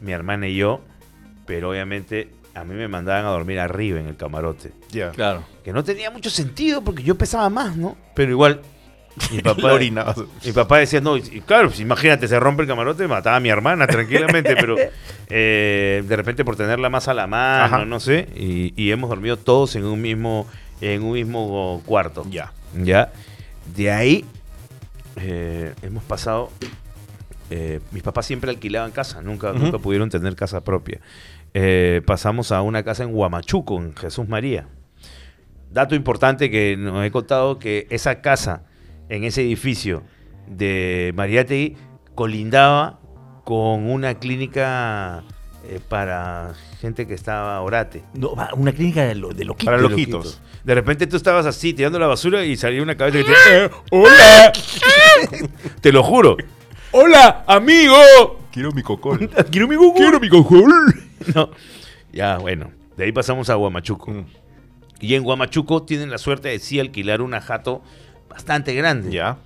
C: mi hermana y yo, pero obviamente a mí me mandaban a dormir arriba en el camarote,
A: Ya.
B: Claro.
C: que no tenía mucho sentido porque yo pesaba más, ¿no? Pero igual,
A: [LAUGHS]
C: mi
A: La
C: papá...
A: orina.
C: Mi papá decía, no, y- y claro, pues, imagínate, se rompe el camarote, mataba a mi hermana tranquilamente, pero eh, de repente por tenerla más a la mano,
A: Ajá.
C: no sé, y, y hemos dormido todos en un mismo, en un mismo cuarto.
A: Ya.
C: ¿Ya? De ahí eh, hemos pasado. eh, mis papás siempre alquilaban casa, nunca,
A: Ujú.
C: nunca pudieron tener casa propia. Eh, pasamos a una casa en Huamachuco, en Jesús María. Dato importante que nos he contado que esa casa en ese edificio de Mariategui colindaba con una clínica eh, para gente que estaba orate.
B: No, va, una clínica de, lo, de loquito.
A: Para
C: Quito,
A: loquitos.
C: loquito. De repente tú estabas así, tirando la basura y salía una cabeza que te
A: ¡Ah!
C: "Eh, ¡Hola!
A: [LAUGHS]
C: te lo juro. ¡Hola, amigo!
A: Quiero mi cocol.
C: Quiero mi Google. Quiero mi Google. No. Ya, bueno. De ahí pasamos a Guamachuco.
A: Mm.
C: Y en Guamachuco tienen la suerte de sí alquilar una jato bastante grande.
A: ya.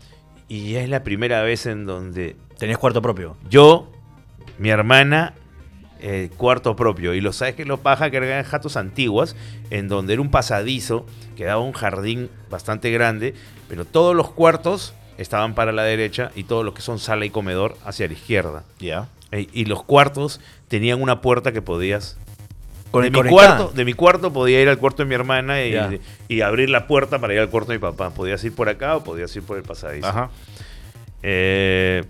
C: Y ya es la primera vez en donde
B: Tenías cuarto propio.
C: yo, mi hermana, eh, cuarto propio. Y lo sabes que lo paja que eran jatos antiguas, en donde era un pasadizo, que daba un jardín bastante grande, pero todos los cuartos estaban para la derecha y todos los que son sala y comedor hacia la izquierda.
A: Ya.
C: Eh, y los cuartos tenían una puerta que podías
B: Con
C: de
B: el
C: mi,
B: conectado.
C: cuarto, de mi cuarto podía ir al cuarto de mi hermana y,
B: Ya.
C: y abrir la puerta para ir al cuarto de mi papá. Podías ir por acá o podías ir por el pasadizo.
A: Ajá.
C: Eh,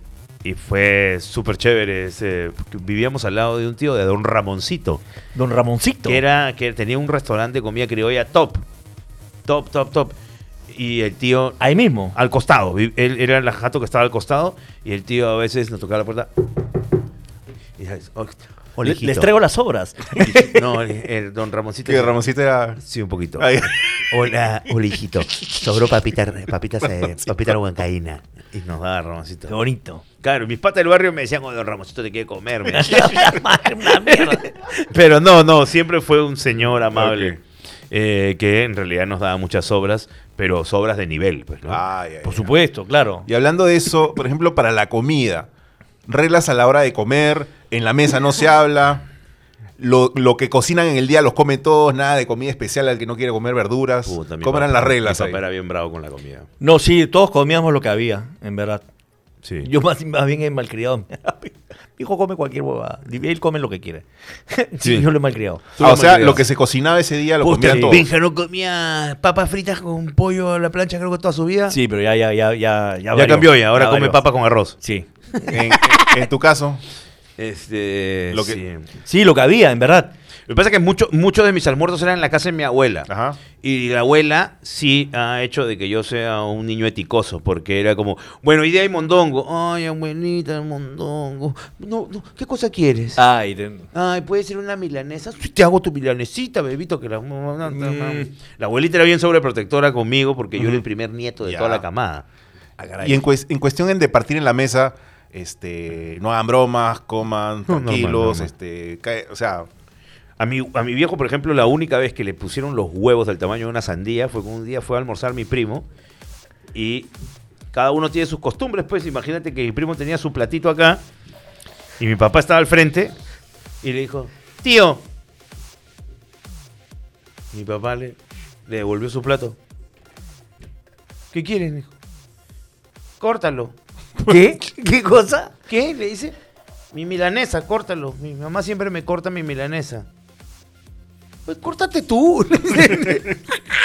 C: y fue súper chévere. ese- porque vivíamos al lado de un tío, de don Ramoncito,
B: Don Ramoncito.
C: que, era, que tenía un restaurante de comida criolla top. Top, top, top. Y el tío
B: Ahí mismo.
C: al costado. vi- Él era el jato que estaba al costado y el tío a veces nos tocaba la puerta. Y, ¿sabes? Oh,
B: Le-
C: hijito.
B: les traigo las [LAUGHS] obras.
C: No, el, el don Ramoncito.
A: Que Ramoncito era.
C: Sí, un poquito.
A: [LAUGHS] Ay,
C: Hola, hola hijito. Sobró papita,
B: [LAUGHS]
C: papitas, eh, papita huancaína. Y nos daba
B: Qué
C: Ramoncito.
B: bonito.
C: Claro, mis patas del barrio me decían, oh, don Ramoncito te quiere
B: [LAUGHS]
C: comer. me decían.
B: Una mierda.
C: [LAUGHS] Pero no, no, siempre fue un señor amable. eh, que en realidad nos daba muchas obras, pero obras de nivel, pues, ¿no?
A: ay, ay.
B: Por supuesto, claro.
A: Y hablando de eso, por ejemplo, para la comida, reglas a la hora de comer, en la mesa no se habla, lo, lo que cocinan en el día los come todos, nada de comida especial al que no quiere comer verduras.
C: Puta, mi
A: ¿Cómo eran
C: papá-
A: las reglas?
C: Mi
A: ahí? Ah,
C: papá era bien bravo con la comida.
B: No, sí, todos comíamos lo que había, en verdad.
C: Sí.
B: Yo más, más bien he malcriado. Mi hijo come cualquier huevada. Él come lo que quiere. [LAUGHS]
C: Sí.
B: Yo lo he malcriado.
A: Ah, o sea, lo que se cocinaba ese día lo
C: Puta,
A: comían
C: el
A: todos.
C: Benja no comía papas fritas con pollo a la plancha creo que toda su vida.
B: Sí, pero ya, ya, ya, ya, ya,
C: ya
B: varió,
C: cambió ya, ahora come
B: varió.
C: papa con arroz.
B: Sí.
A: [LAUGHS] En, en tu caso,
C: Este,
A: Lo que-
C: sí.
B: Sí, lo que había, en verdad.
C: Lo que pasa es que mucho- muchos de mis almuerzos eran en la casa de mi abuela.
A: Ajá.
C: Y la abuela sí ha hecho de que yo sea un niño eticoso, porque era como, bueno, hoy día hay mondongo. Ay, abuelita, el mondongo. No, no, ¿qué cosa quieres?
B: Ay, te-
C: Ay, puede ser una milanesa. Sí, Te hago tu milanesita, bebito, que la... La abuelita era bien sobreprotectora conmigo porque yo era el primer nieto de
A: Ya.
C: toda la camada.
A: y en, cues- en cuestión en de partir en la mesa, este, no hagan bromas, coman
C: No, normal,
A: tranquilos,
C: normal.
A: este, cae- o sea,
C: A mi, a mi viejo, por ejemplo, la única vez que le pusieron los huevos del tamaño de una sandía fue que un día fue a almorzar mi primo y cada uno tiene sus costumbres, pues imagínate que mi primo tenía su platito acá y mi papá estaba al frente y le dijo, tío, mi papá le, le devolvió su plato. ¿Qué quieres? Dijo. Córtalo.
B: ¿Qué? [LAUGHS] ¿Qué cosa?
C: ¿Qué? Le dice. Mi milanesa, córtalo. Mi mamá siempre me corta mi milanesa. Pues córtate tú. [LAUGHS]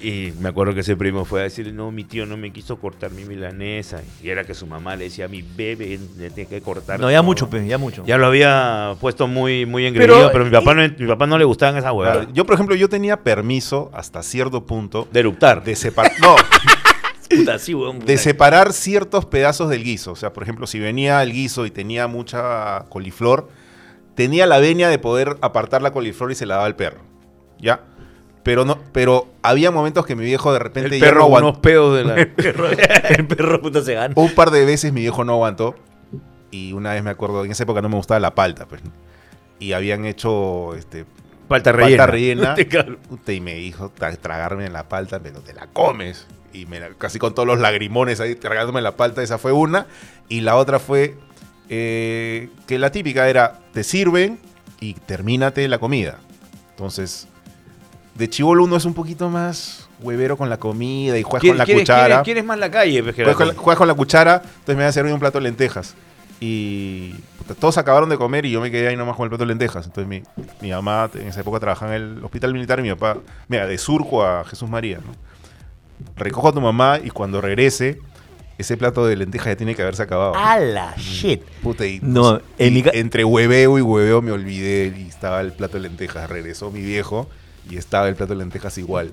C: y me acuerdo que ese primo fue a decirle, no, mi tío no me quiso cortar mi milanesa. Y era que su mamá le decía, mi bebé le tiene que cortar.
B: No, ya
C: todo".
B: mucho, pe, ya mucho.
C: Ya lo había puesto muy, muy engreído,
B: Pero-
C: pero, mi, papá no, mi papá no le gustaban esas
A: claro,
C: huevadas.
A: yo por ejemplo, yo tenía permiso hasta cierto punto
C: De eruptar.
A: de separar, no,
B: Puta, sí, weón,
C: [LAUGHS]
B: puta.
A: de separar ciertos pedazos del guiso. O sea, por ejemplo, si venía el guiso y tenía mucha coliflor, tenía la venia de poder apartar la coliflor y se la daba al perro. ¿Ya? Pero no, pero había momentos que mi viejo de repente
C: el
A: ya no
C: perro con
A: aguantó.
C: unos pedos
A: [LAUGHS]
C: de la...
B: El perro [LAUGHS] puta se gana.
A: Un par de veces mi viejo no aguantó. Y una vez me acuerdo, en esa época no me gustaba la palta, pues. ¿no? Y habían hecho este,
C: Palta rellena.
A: palta
C: [LAUGHS]
A: rellena.
C: Claro.
A: Puta, y me dijo tra- tragarme la palta, pero te la comes. Y me la- casi con todos los lagrimones ahí tragándome la palta, esa fue una. Y la otra fue eh, que la típica era, te sirven y termínate la comida. Entonces, de chivolo uno es un poquito más huevero con la comida y juegas con la
C: ¿Quieres-
A: cuchara.
C: quieres- quieres más la calle? pues,
A: Juegas con, la,
C: Gerardo?
A: juegas con la cuchara, entonces me a servir un plato de lentejas. Y puta, todos acabaron de comer y yo me quedé ahí nomás con el plato de lentejas. Entonces mi, mi mamá en esa época trabajaba en el hospital militar y mi papá, mira, de surco a Jesús María, ¿no? recojo a tu mamá y cuando regrese, ese plato de lenteja ya tiene que haberse acabado.
B: A la shit.
A: Puta, y, pues,
B: No, en
A: y
B: mi ca-
A: entre hueveo y hueveo me olvidé y estaba el plato de lentejas. Regresó mi viejo y estaba el plato de lentejas igual.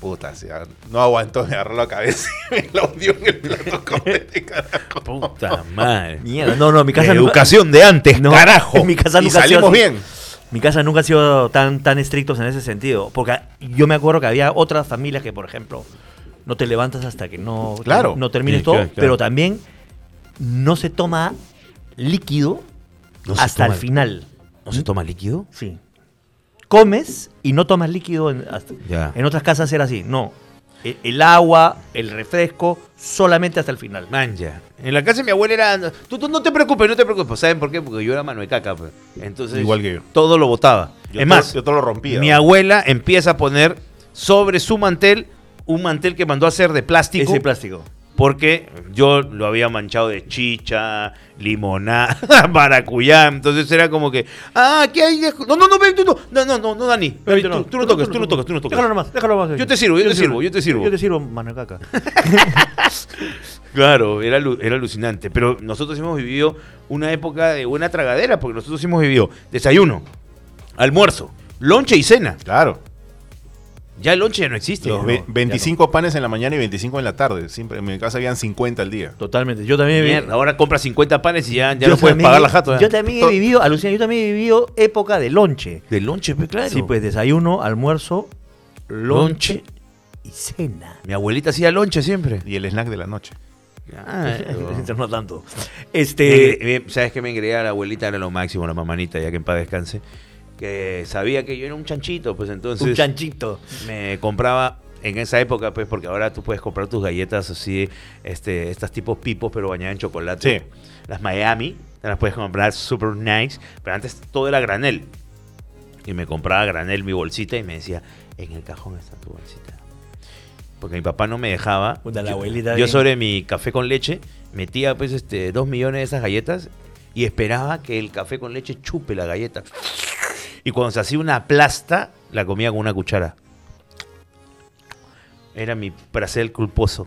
A: Puta, sea, no aguantó, me agarró la cabeza y me la hundió en el
B: [LAUGHS]
A: plato completo, carajo.
C: Puta madre.
B: Mierda. No, no, en mi
C: La
B: casa nunca-
C: educación de antes,
B: No,
C: carajo.
B: en [LAUGHS] mi casa
A: Y
B: nunca ha sido
A: salimos
B: así.
A: bien.
B: Mi casa nunca ha sido tan, tan estrictos en ese sentido. Porque yo me acuerdo que había otras familias que, por ejemplo, no te levantas hasta que no,
A: Claro.
B: no termines
C: Sí,
B: todo.
C: claro, claro.
B: Pero también no se toma líquido
C: No se
B: hasta
C: toma-
B: el final.
C: ¿No se toma líquido?
B: Sí. Comes y no tomas líquido. En, hasta-
C: Ya.
B: en otras casas era así. No. E- El, agua, el refresco, solamente hasta el final.
C: Manja. En la casa de mi abuela era. Tú, tú no te preocupes, no te preocupes. ¿Saben por qué? Porque yo era mano de caca. pues. Entonces.
A: Igual que yo.
C: Todo lo botaba.
A: Yo
C: es
A: todo-
C: más,
A: yo todo lo rompía.
C: mi
A: ¿no?
C: abuela empieza a poner sobre su mantel un mantel que mandó a hacer de plástico.
B: Ese plástico.
C: porque yo lo había manchado de chicha, limonada, [LAUGHS] maracuyá, entonces era como que, ah, ¿qué hay? de- No, no, no, ven, tú no, no, no, no, no, Dani, Dani, tú, tú no toques, tú no toques, tú no toques.
B: Déjalo nomás, déjalo nomás.
C: Yo te sirvo, yo te sirvo, yo te sirvo.
B: Yo te sirvo, mano de caca.
C: Claro, era, alu- era alucinante, pero nosotros hemos vivido una época de buena tragadera, porque nosotros hemos vivido desayuno, almuerzo, lonche y cena.
A: Claro.
C: Ya el lonche ya no existe.
A: Los
C: ya
A: ve-
C: no, ya
A: 25 panes en la mañana y 25 en la tarde. Siempre, en mi casa habían 50 al día.
B: [LAUGHS] Totalmente. Yo también
C: no.
B: he vivido-
C: Mierda, ahora compras 50 panes y ya, ya
B: yo
C: no puedes
B: también-
C: pagar la eh. jato.
B: Yo también he
A: To-
B: vivido, alucina, yo también he vivido época de lonche.
C: De lonche, pues, claro.
B: Sí, pues desayuno, almuerzo, lonche,
C: Lonche.
B: y cena.
C: Mi abuelita hacía lonche siempre.
A: Y el snack de la noche.
B: [LAUGHS] no tanto.
C: Me
B: Este,
C: engre- me- ¿Sabes que me engreía la abuelita? Era lo máximo, la mamanita, ya que en paz descanse. Que sabía que yo era un chanchito, pues entonces
B: un chanchito.
C: me compraba en esa época, pues, porque ahora tú puedes comprar tus galletas así, este, estas tipos pipos, pero bañadas en chocolate.
A: Sí.
C: Las Miami, te las puedes comprar super nice, pero antes todo era granel. Y me compraba granel mi bolsita y me decía, en el cajón está tu bolsita. Porque mi papá no me dejaba.
B: Puta, la
C: Yo-
B: abuelita
C: Yo
B: bien.
C: sobre mi café con leche metía pues este dos millones de esas galletas y esperaba que el café con leche chupe la galleta. Y cuando se hacía una plasta, la comía con una cuchara. Era mi placer culposo.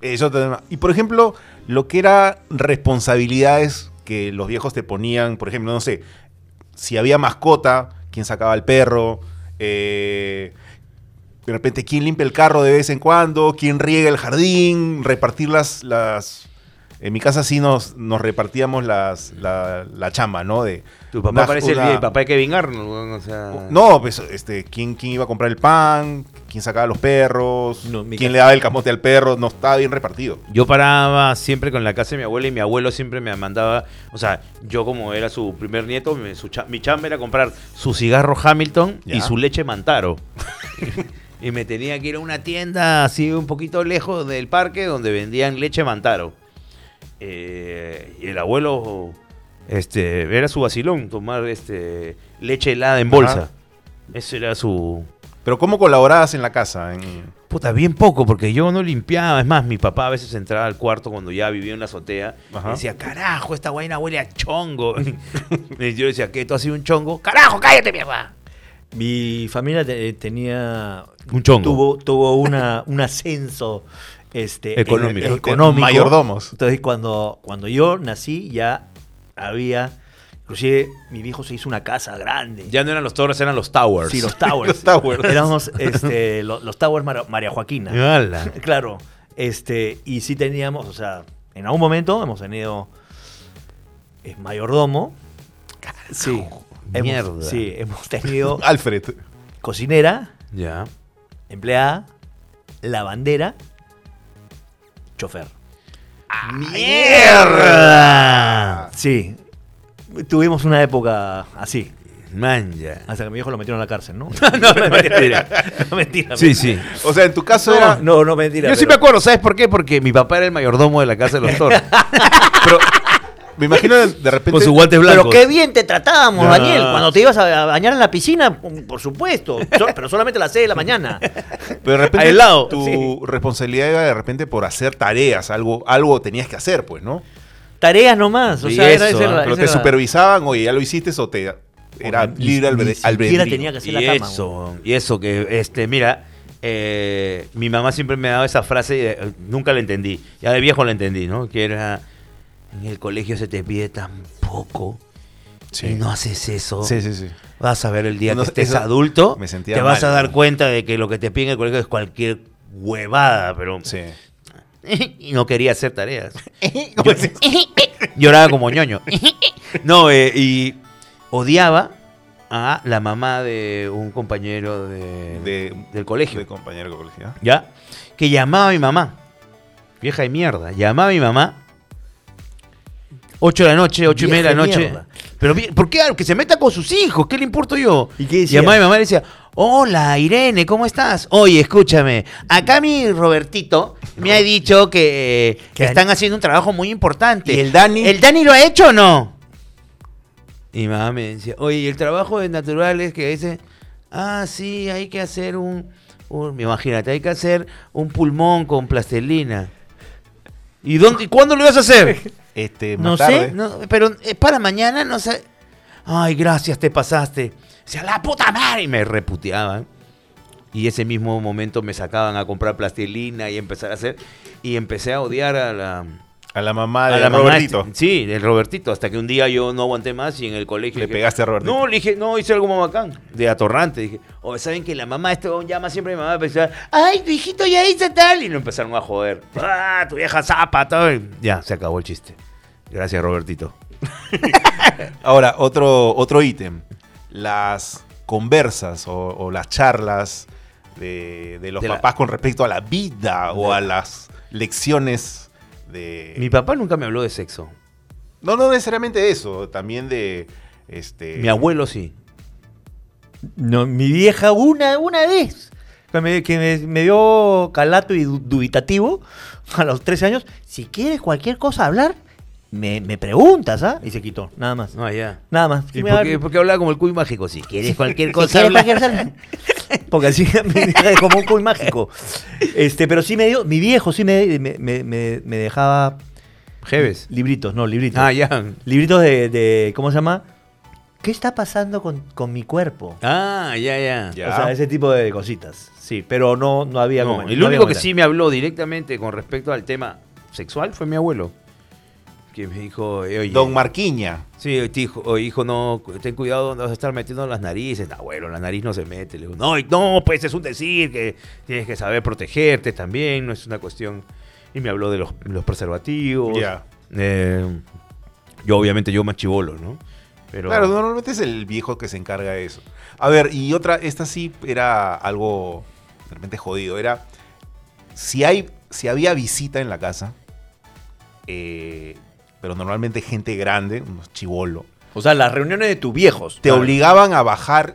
A: Eso te- Y por ejemplo, lo que era responsabilidades que los viejos te ponían, por ejemplo, no sé, si había mascota, quién sacaba al perro, Eh, de repente quién limpia el carro de vez en cuando, quién riega el jardín, repartir las... las en mi casa sí nos, nos repartíamos las, la, la chamba, ¿no? De,
C: Tu papá
A: una-
C: parece el
A: una-
C: día y papá hay que vengarnos. weón, O
B: Ah.
C: sea,
A: No, pues, este, ¿quién, quién iba a comprar el pan, quién sacaba los perros,
B: No, mi
A: quién
B: casa-
A: le daba el camote al perro, no estaba bien repartido.
C: Yo paraba siempre con la casa de mi abuela y mi abuelo siempre me mandaba, o sea, yo como era su primer nieto, me- su cha- mi chamba era comprar su cigarro Hamilton
A: Ya.
C: y su leche Mantaro. [LAUGHS] y me tenía que ir a una tienda así un poquito lejos del parque donde vendían leche Mantaro. Eh, y el abuelo, este, era su vacilón tomar este leche helada en bolsa.
A: Ajá.
C: Eso era su,
A: Pero ¿cómo colaborabas en la casa? En-
C: Puta, bien poco, porque yo no limpiaba. Es más, mi papá a veces entraba al cuarto cuando ya vivía en la azotea.
A: Ajá.
C: Y decía, carajo, esta guayna huele a chongo. [LAUGHS] y yo decía, ¿qué? ¿Tú has sido un chongo? ¡Carajo, cállate, mierda!
B: Mi familia te- eh, tenía.
C: Un chongo.
B: Tuvo, tuvo una, un ascenso. Este,
C: Económico.
B: en- económico.
A: Mayordomos.
B: Entonces, cuando, cuando yo nací, ya había. Inclusive, mi viejo se hizo una casa grande.
C: Ya no eran los torres, eran [LAUGHS] los towers.
B: Sí, los Towers.
A: Los Towers.
B: Éramos
C: [LAUGHS]
B: este, lo- los, Towers Mara- María Joaquina.
C: Ala.
B: Claro. Este, y sí teníamos, o sea, en algún momento hemos tenido eh, mayordomo. Sí. Hemos,
C: mierda.
B: Sí, hemos tenido
A: Alfred.
B: cocinera,
C: Ya.
B: empleada, lavandera, chofer.
C: Ah, ¡Mierda!
B: Sí. Tuvimos una época así,
C: Manja.
B: hasta que mi viejo lo metieron a la cárcel,
C: [LAUGHS]
B: ¿no?
C: no, mentira.
B: no, mentira.
C: Sí, sí.
A: O sea, en tu caso
B: No,
A: era.
B: no, no, mentira.
C: Yo sí
B: pero-
C: me acuerdo, ¿sabes por qué? Porque mi papá era el mayordomo de la casa de los torres.
A: Pero me imagino de- de repente.
C: con sus guantes
B: Pero
C: blancos.
B: qué bien te tratábamos,
C: Ya.
B: Daniel. Cuando te ibas a a bañar en la piscina, por por supuesto. So- pero solamente a las 6 de la mañana.
A: pero de repente
C: aislado.
A: tu
B: Sí.
A: responsabilidad era de repente por hacer tareas, algo, algo tenías que hacer, pues, ¿no?
B: Tareas nomás. O
C: Y
B: sea, era
C: eso,
B: ese-
C: ah,
A: Pero
B: ese
A: te
B: era-
A: supervisaban, oye, ya lo hiciste o te. Era
B: Ni-
A: libre
B: ni
A: albe-
B: siquiera
A: albedrío.
B: tenía que hacer la
C: y
B: cama,
C: Eso, y eso que, este, mira, eh, mi mamá siempre me daba esa frase y eh, nunca la entendí. Ya de viejo la entendí, ¿no? Que era, en el colegio se te pide tan poco y no haces eso.
A: Sí, sí, sí.
C: Vas a ver el día
A: No,
C: que estés
A: eso
C: adulto,
A: me sentía
C: te vas
A: mal,
C: a dar
A: ¿no?
C: cuenta de que lo que te piden en el colegio es cualquier huevada, pero...
A: Sí.
C: [LAUGHS] y no quería hacer tareas. [LAUGHS] Lloraba como ñoño. No, eh, y odiaba a la mamá de un compañero de,
A: De-
C: del colegio.
A: De compañero de colegio. ¿ah?
C: ¿Ya? Que llamaba a mi mamá. Vieja de mierda. Llamaba a mi mamá. 8 de la noche, 8 y
B: Vieja
C: media de la
B: de
C: noche.
B: mierda.
C: Pero, vi- ¿por qué? Que se meta con sus hijos, ¿qué le importo yo?
B: ¿Y qué decía?
C: Llamaba a mi mamá y le decía, hola Irene, ¿cómo estás? Oye, escúchame, acá mi Robertito me ha dicho que, eh,
B: Que
C: están haciendo un trabajo muy importante.
A: ¿Y el Dani?
C: ¿El Dani lo ha hecho o no? Y mi mamá me decía, oye, ¿y el trabajo de naturales que dice, ah, sí, hay que hacer un, un- imagínate, hay que hacer un pulmón con plastelina. ¿Y dónde, y cuándo lo ibas a hacer?
A: Este, más
B: No
A: tarde.
B: sé.
C: No, pero es para mañana, no sé. Ay, gracias, te pasaste. O sea, la puta madre. Y me reputeaban. Y ese mismo momento me sacaban a comprar plastilina y empezar a hacer. Y empecé a odiar a la,
A: A la mamá
C: a
A: de
C: la mamá
A: Robertito.
C: este- sí, del Robertito. Hasta que un día yo no aguanté más y en el colegio.
A: Le
C: dije,
A: pegaste a Robertito.
C: No, le dije, no, hice algo más bacán. De atorrante. Dije, o saben que la mamá, este huevón llama siempre a mi mamá a pensar, ay, tu hijito ya hizo tal. Y no empezaron a joder. Ah, tu vieja zapa, todo. Y Ya, se acabó el chiste. Gracias, Robertito.
A: Ahora, otro, otro ítem. Las conversas o, o las charlas de, de los
C: De la-
A: papás con respecto a la vida o a las lecciones de...
C: Mi papá nunca me habló de sexo.
A: No, no necesariamente de eso, también de... Este,
C: Mi abuelo sí.
B: No, mi vieja una, una vez que me, que me- me dio calato y du- dubitativo a los 13 años. Si quieres cualquier cosa hablar, me, me preguntas, ¿ah? Y se quitó, nada más.
C: No, allá.
B: Nada más.
C: ¿Y
B: Sí me
C: por
B: da-
C: qué, por qué hablaba como el cuy mágico? [LAUGHS] Si quieres
B: [LAUGHS]
C: cualquier
B: si
C: cosa.
B: quieres
C: habla.
B: cualquier cosa, [LAUGHS] Porque así me deja como un cuy mágico. Este, pero sí me dio, mi viejo sí me, me- me- me- me dejaba
C: Jeves.
B: libritos, no, libritos.
C: Ah, ya.
B: Libritos de, de- ¿cómo se llama? ¿Qué está pasando con, con mi cuerpo?
C: Ah, ya, ya.
A: Ya.
B: O sea, ese tipo de cositas. Sí, pero no, no había
C: No,
B: comen-
C: el
B: no había
C: único que
B: comentario.
C: sí me habló directamente con respecto al tema sexual fue mi abuelo. Que me dijo, eh, oye.
A: Don Marquiña.
C: Sí, oye, hijo, oye, hijo, no, cu- ten cuidado donde vas a estar metiendo las narices. No, abuelo, la nariz no se mete. Le digo, no, y- no, pues es un decir que tienes que saber protegerte también, no es una cuestión. Y me habló de los, los preservativos.
A: Ya.
C: Eh, yo, obviamente, yo más chivolo, ¿no? Pero,
A: Claro, normalmente es el viejo que se encarga de eso. A ver, y otra, esta sí era algo de repente jodido. Era si hay, si había visita en la casa, eh, pero normalmente gente grande, unos chivolo,
B: O sea, las reuniones de tus viejos.
A: te obligaban a bajar,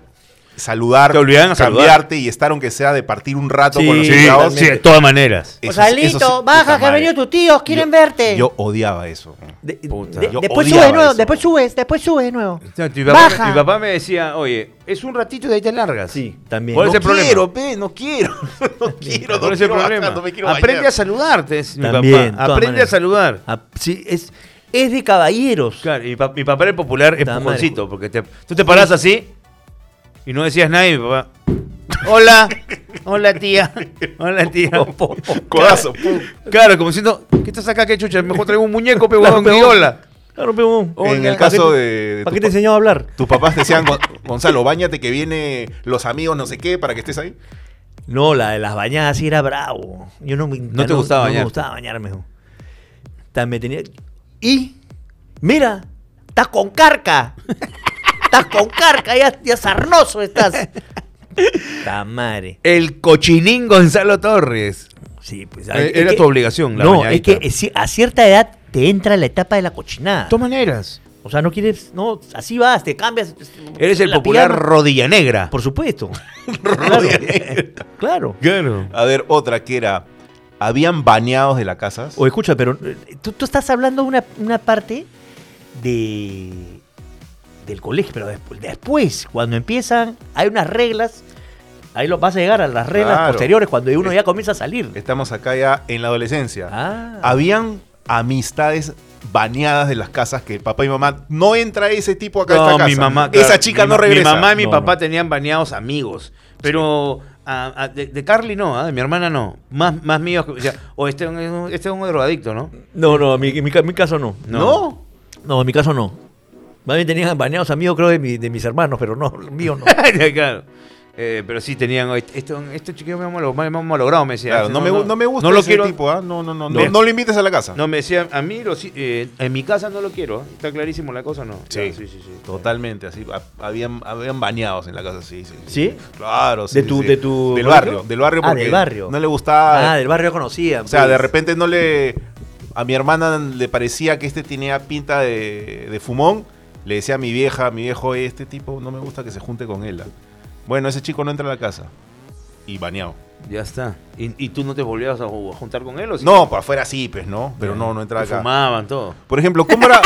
A: saludar,
C: Te obligaban a saludar.
A: cambiarte y estar aunque sea de partir un rato
B: Sí,
A: con los
C: Sí,
A: invitados.
C: sí, de todas maneras.
A: Eso-
D: Osalito,
A: eso sí,
D: baja,
A: puta
D: que ha
A: madre.
D: venido tus tíos, quieren
A: Yo-
D: verte.
A: Yo odiaba eso.
B: De- de-
C: Puta.
B: de-
A: Yo
B: después
A: odiaba
B: sube de nuevo,
A: eso.
B: después subes, después subes de nuevo.
C: O sea, mi, papá,
D: Baja.
C: mi papá me decía, oye, es un ratito y de ahí te largas.
B: Sí, también.
C: ¿Cuál es
A: no
C: el problema?
A: quiero, pe, no quiero. [LAUGHS] No quiero, no
C: ¿Cuál es el
A: quiero bajar,
C: problema?
A: no me quiero
C: Aprende
A: bañar.
C: a saludarte, es mi
B: También, de
C: papá.
B: todas
C: Aprende a
B: maneras.
C: saludar.
B: Ah, sí, es, es de caballeros.
C: Claro, y mi, pa- mi papá era el popular
B: Puta
C: empujoncito, porque te- tú te paras así y no decías nada y mi papá. Hola, hola tía, hola
B: [LAUGHS]
C: tía.
A: Codazo, pum.
C: Claro, como diciendo, ¿qué estás acá, qué chucha? Mejor traigo un muñeco, pero
B: Claro,
C: huevón,
B: pe,
C: di hola.
B: Claro, pe, huevón.
A: En el
B: ¿Para qué
A: caso
B: te-
A: de- de
B: ¿Para
A: tu
B: qué
A: pa-
B: te enseñó a hablar?
A: Tus papás te decían, "Gon- Gonzalo, bañate que viene los amigos, no sé qué, para que estés ahí.
B: No, la de las bañadas sí era bravo. Yo no me
C: No te gustaba
B: No me
C: bañarte.
B: gustaba bañarme. jo. También tenía. Y, mira, estás con
C: [LAUGHS]
B: carca. Estás con carca, ya, ya sarnoso
D: [LAUGHS]
B: estás. Ta madre.
C: El cochinín Gonzalo Torres.
B: Sí, pues,
C: Eh,
B: es
C: era
B: que-
C: tu obligación, la
B: No,
C: bañadita.
B: es que eh, sí, a cierta edad te entra la etapa de la cochinada.
C: De todas maneras.
B: O sea, no quieres. No, así vas, te cambias.
C: Eres el
B: la
C: popular
B: pijama.
C: rodilla negra.
B: Por supuesto. claro. claro.
C: Claro.
A: A ver, otra que era, habían bañados de la casa.
B: O escucha, pero eh, tú, tú estás hablando de una, una parte de del colegio, pero despu- después, cuando empiezan, hay unas reglas, ahí lo vas a llegar a las reglas
A: Claro.
B: posteriores, cuando uno
A: Es-
B: ya comienza a salir.
A: Estamos acá ya en la adolescencia.
B: Ah.
A: Habían amistades bañadas de las casas que papá y mamá no entra ese tipo acá a esta
C: No,
A: casa.
C: mi mamá.
A: Esa
C: claro,
A: chica
C: mi
A: no
C: ma-
A: regresa.
C: Mi mamá y mi
B: No,
C: papá
B: no.
C: tenían baneados amigos. Pero a- a- de, de Carly no, ¿ah? de mi hermana no. Más, más míos. que- O, sea, o este, es un- este es un drogadicto, ¿no? [LAUGHS]
B: No, no, mi, mi, ca- mi caso no.
C: No.
B: No, en mi caso no. Más bien tenían baneados amigos, creo, de, mi- de mis hermanos, pero no, los míos
C: [LAUGHS]
B: no.
C: claro. Eh, pero sí tenían. Este, este chiquillo me ha malo- me ha malogrado, me decía.
A: Claro, no, me, gu- no me gusta
C: No lo
A: ese
C: quiero.
A: tipo, ¿ah? No, no, no, no.
C: Bien.
A: No lo invites a la casa.
C: No, me decía, a mí los- eh, en mi casa no lo quiero. ¿ah? Está clarísimo la cosa, ¿no?
A: Sí.
C: Claro, sí, sí, sí.
A: Totalmente, así. ha- Habían, habían bañados en la casa, sí, sí.
B: ¿Sí?
A: Claro, sí.
B: ¿De
A: sí,
B: tu-
A: sí.
B: de tu
A: Del
B: barrio?
A: barrio, del barrio.
B: Ah,
A: porque
B: del barrio.
A: No le gustaba.
B: Ah, del barrio conocía. pues.
A: o sea, de repente no le. A mi hermana le parecía que este tenía pinta de, de fumón. Le decía a mi vieja, mi viejo, este tipo no me gusta que se junte con él. ah". Bueno, ese chico no entra a la casa. Y bañado.
C: Ya está. ¿Y, y tú no te volvías a, a juntar con él? ¿o sí?
A: No, para afuera sí, pues, ¿no? Pero no, no entra
C: Te
A: acá.
C: Fumaban, todo.
A: Por ejemplo, ¿cómo era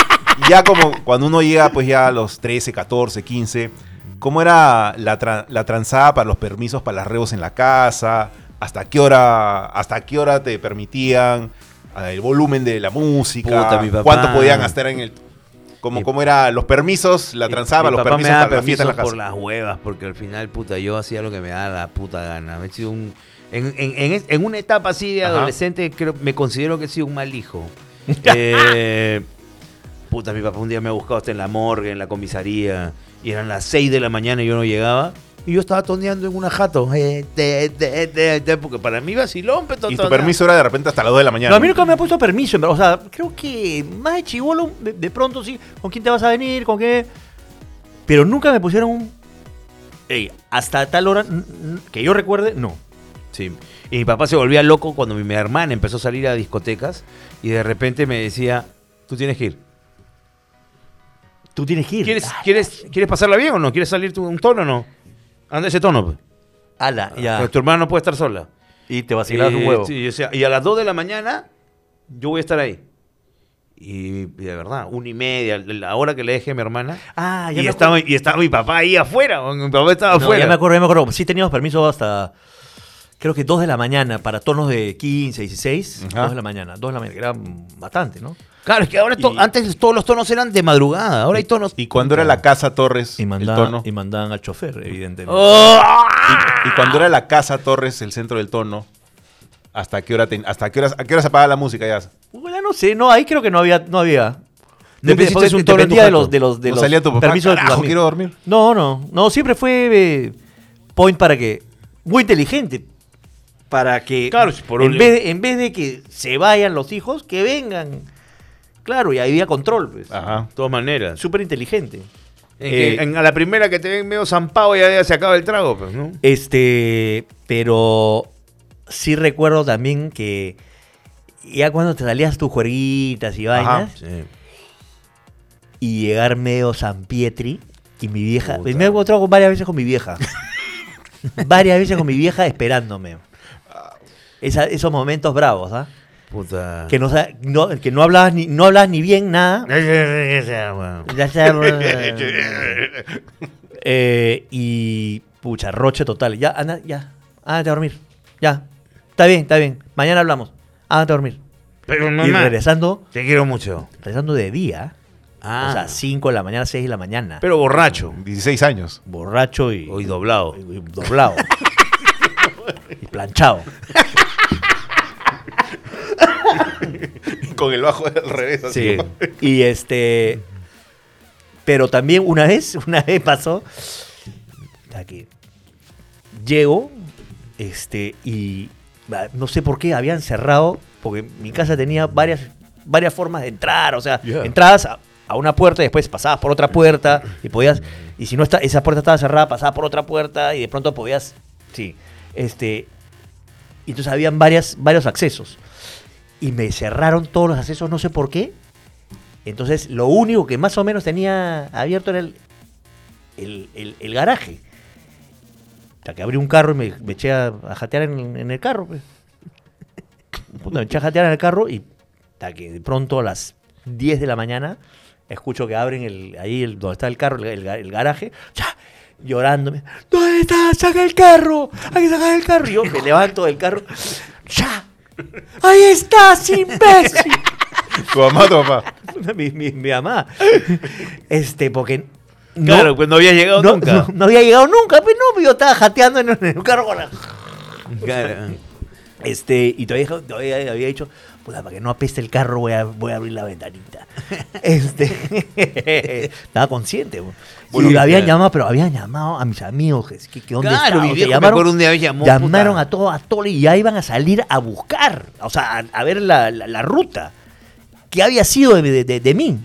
A: ya como cuando uno llega pues ya a los 13, 14, 15? ¿Cómo era la, tra- la tranzada para los permisos para las reos en la casa? ¿Hasta qué hora, hasta qué hora te permitían? Ah, El volumen de la música.
C: Puta, mi papá.
A: ¿Cuánto podían gastar en el... Como,
C: Mi-
A: ¿Cómo era los permisos, la tranzada
C: Mi
A: para los
C: papá
A: permisos
C: me daba
A: para la fiesta en la
C: permisos
A: casa?
C: por las huevas, porque al final, puta, yo hacía lo que me daba la puta gana. Me he sido un- en, en- en es- en una etapa así de
A: Ajá.
C: adolescente, creo, me considero que he sido un mal hijo.
A: [LAUGHS]
C: Eh, puta, mi papá un día me ha buscado hasta en la morgue, en la comisaría, y eran las 6 de la mañana y yo no llegaba. Y yo estaba toneando en una jato. eh, te, te, te, te, porque para mí vacilón, pero
A: Y tu
C: toneando.
A: permiso era de repente hasta las 2 de la mañana.
B: No, a mí nunca me ha puesto permiso, en verdad. O sea, creo que más de chivolo, de, de pronto sí, con quién te vas a venir, con qué. Pero nunca me pusieron un. "Ey, hasta tal hora, n- n- que yo recuerde, no.
C: Sí. Y mi papá se volvía loco cuando mi, mi hermana empezó a salir a discotecas y de repente me decía, tú tienes que ir.
B: Tú tienes que ir.
C: ¿Quieres, quieres, ¿quieres pasarla bien o no? ¿Quieres salir tú un tono o no? Anda ese tono. pe.
B: Ala, ya.
C: Porque Tu hermana no puede estar sola.
B: Y te vacilas un
C: Eh,
B: huevo.
C: sí, o sea, y a las 2 de la mañana yo voy a estar ahí. Y, y de verdad, una y media, la hora que le dejé a mi hermana.
B: Ah, ya
C: y,
B: me
C: estaba, y estaba mi papá ahí afuera. o Mi papá estaba
B: No,
C: afuera.
B: ya me acuerdo, ya me acuerdo. Sí teníamos permiso hasta, creo que 2 de la mañana, para tonos de 15, 16.
A: Ajá.
B: 2 de la mañana, 2 de la mañana, que era mm, bastante, ¿no?
C: Claro, es que ahora to-
A: Y-
C: antes todos los tonos eran de madrugada. Ahora hay tonos.
A: Y cuando era la casa Torres,
B: Y
A: el
B: mandaban,
A: tono.
B: y mandaban al chofer, evidentemente.
C: ¡Oh!
A: Y, y cuando era la casa Torres, el centro del tono, ¿hasta qué hora, te- hasta qué horas, a qué hora se apagaba la música ya?
B: Bueno, no sé, no, ahí creo que no había, no había.
C: ¿Nunca
B: Dep-
C: hiciste
B: dep-
C: un toro en tu
B: dependía de
C: jato?
B: los, de los, de
A: No
B: los
A: salía tu papá,
B: permisos de tus
A: "Carajo,
B: amigos.
A: quiero dormir".
B: No, no, no, siempre fue eh, point para que, muy inteligente, para que
C: Claro, si por
B: en,
C: un-
B: vez de, en vez de que se vayan los hijos, que vengan. Claro, y ahí había control, pues.
A: Ajá.
C: De todas maneras.
B: Súper inteligente.
C: En que-
B: Eh,
C: en- a la primera que te ven medio zampado ya, ya se acaba el trago, pues, ¿no?
B: Este, pero sí recuerdo también que ya cuando te salías tus jueguitas y vainas,
C: Sí.
B: y llegar medio San Pietri y mi vieja.
C: Puta.
B: Me he encontrado con- varias veces con mi
C: [LAUGHS]
B: vieja. varias veces con mi vieja esperándome.
C: Ah.
B: Esa- esos momentos bravos, ¿ah?
C: Puta. [LAUGHS]
B: Que no, sa- no- que no hablabas ni, no hablabas ni bien nada. Ya
C: [LAUGHS]
B: sea- Eh, y pucha, roche total. Ya, anda, ya. Ándate a dormir. Ya. Está bien, está bien. Mañana hablamos. Ándate a dormir.
C: Pero
B: y
C: mamá,
B: regresando,
C: te quiero mucho.
B: regresando de día.
C: Ah.
B: O sea, 5 de la mañana, 6 de la mañana.
C: Pero borracho.
A: 16 años.
B: borracho y,
C: Hoy doblado.
B: y doblado. y planchado.
A: [LAUGHS] Con el bajo al revés. así.
B: Sí. Y este. Pero también una vez, [LAUGHS] una vez pasó. Aquí. Llego, este, y ah, no sé por qué habían cerrado, porque mi casa tenía varias, varias formas de entrar, o sea,
C: Yeah.
B: entrabas a, a una puerta y después pasabas por otra puerta y podías, y si no está, esa puerta estaba cerrada, pasabas por otra puerta y de pronto podías, sí, este, y entonces habían varias, varios accesos y me cerraron todos los accesos, no sé por qué. Entonces, lo único que más o menos tenía abierto era el, el, el- el garaje. Hasta que abrí un carro y me, me eché a, a jatear en, en el carro. pues. Puta, me eché a jatear en el carro y hasta que de pronto a las 10 de la mañana escucho que abren el, ahí el- donde está el carro, el, el ga- el garaje, ya, llorándome. ¿Dónde está? ¡Saca el carro! ¡Hay que sacar el carro! Y yo me levanto del carro. ¡Ya! ¡Ahí estás, [LAUGHS] imbécil!
A: Tu mamá, tu papá.
B: mi, mi, mi mamá. Este, porque
C: Claro, pues no había llegado
B: no,
C: nunca.
B: no- no había llegado nunca, pero no, pues yo estaba jateando en, en un carro con la-
C: [LAUGHS] Claro.
B: Este, y todavía, dijo- todavía había dicho, puta, para que no apeste el carro voy a, voy a abrir la
C: [LAUGHS]
B: ventanita. este, [LAUGHS] estaba consciente. bo.
C: Bueno,
B: y lo habían
C: claro.
B: llamado, pero habían llamado a mis amigos, que, que- que dónde
C: Claro,
B: estaban,
C: mi
B: o sea,
C: viejo me acuerdo un día llamó,
B: llamaron
C: puta.
B: a todo, a todo y ya iban a salir a buscar, o sea, a, a ver la, la- la ruta que había sido de, de- de- de mí,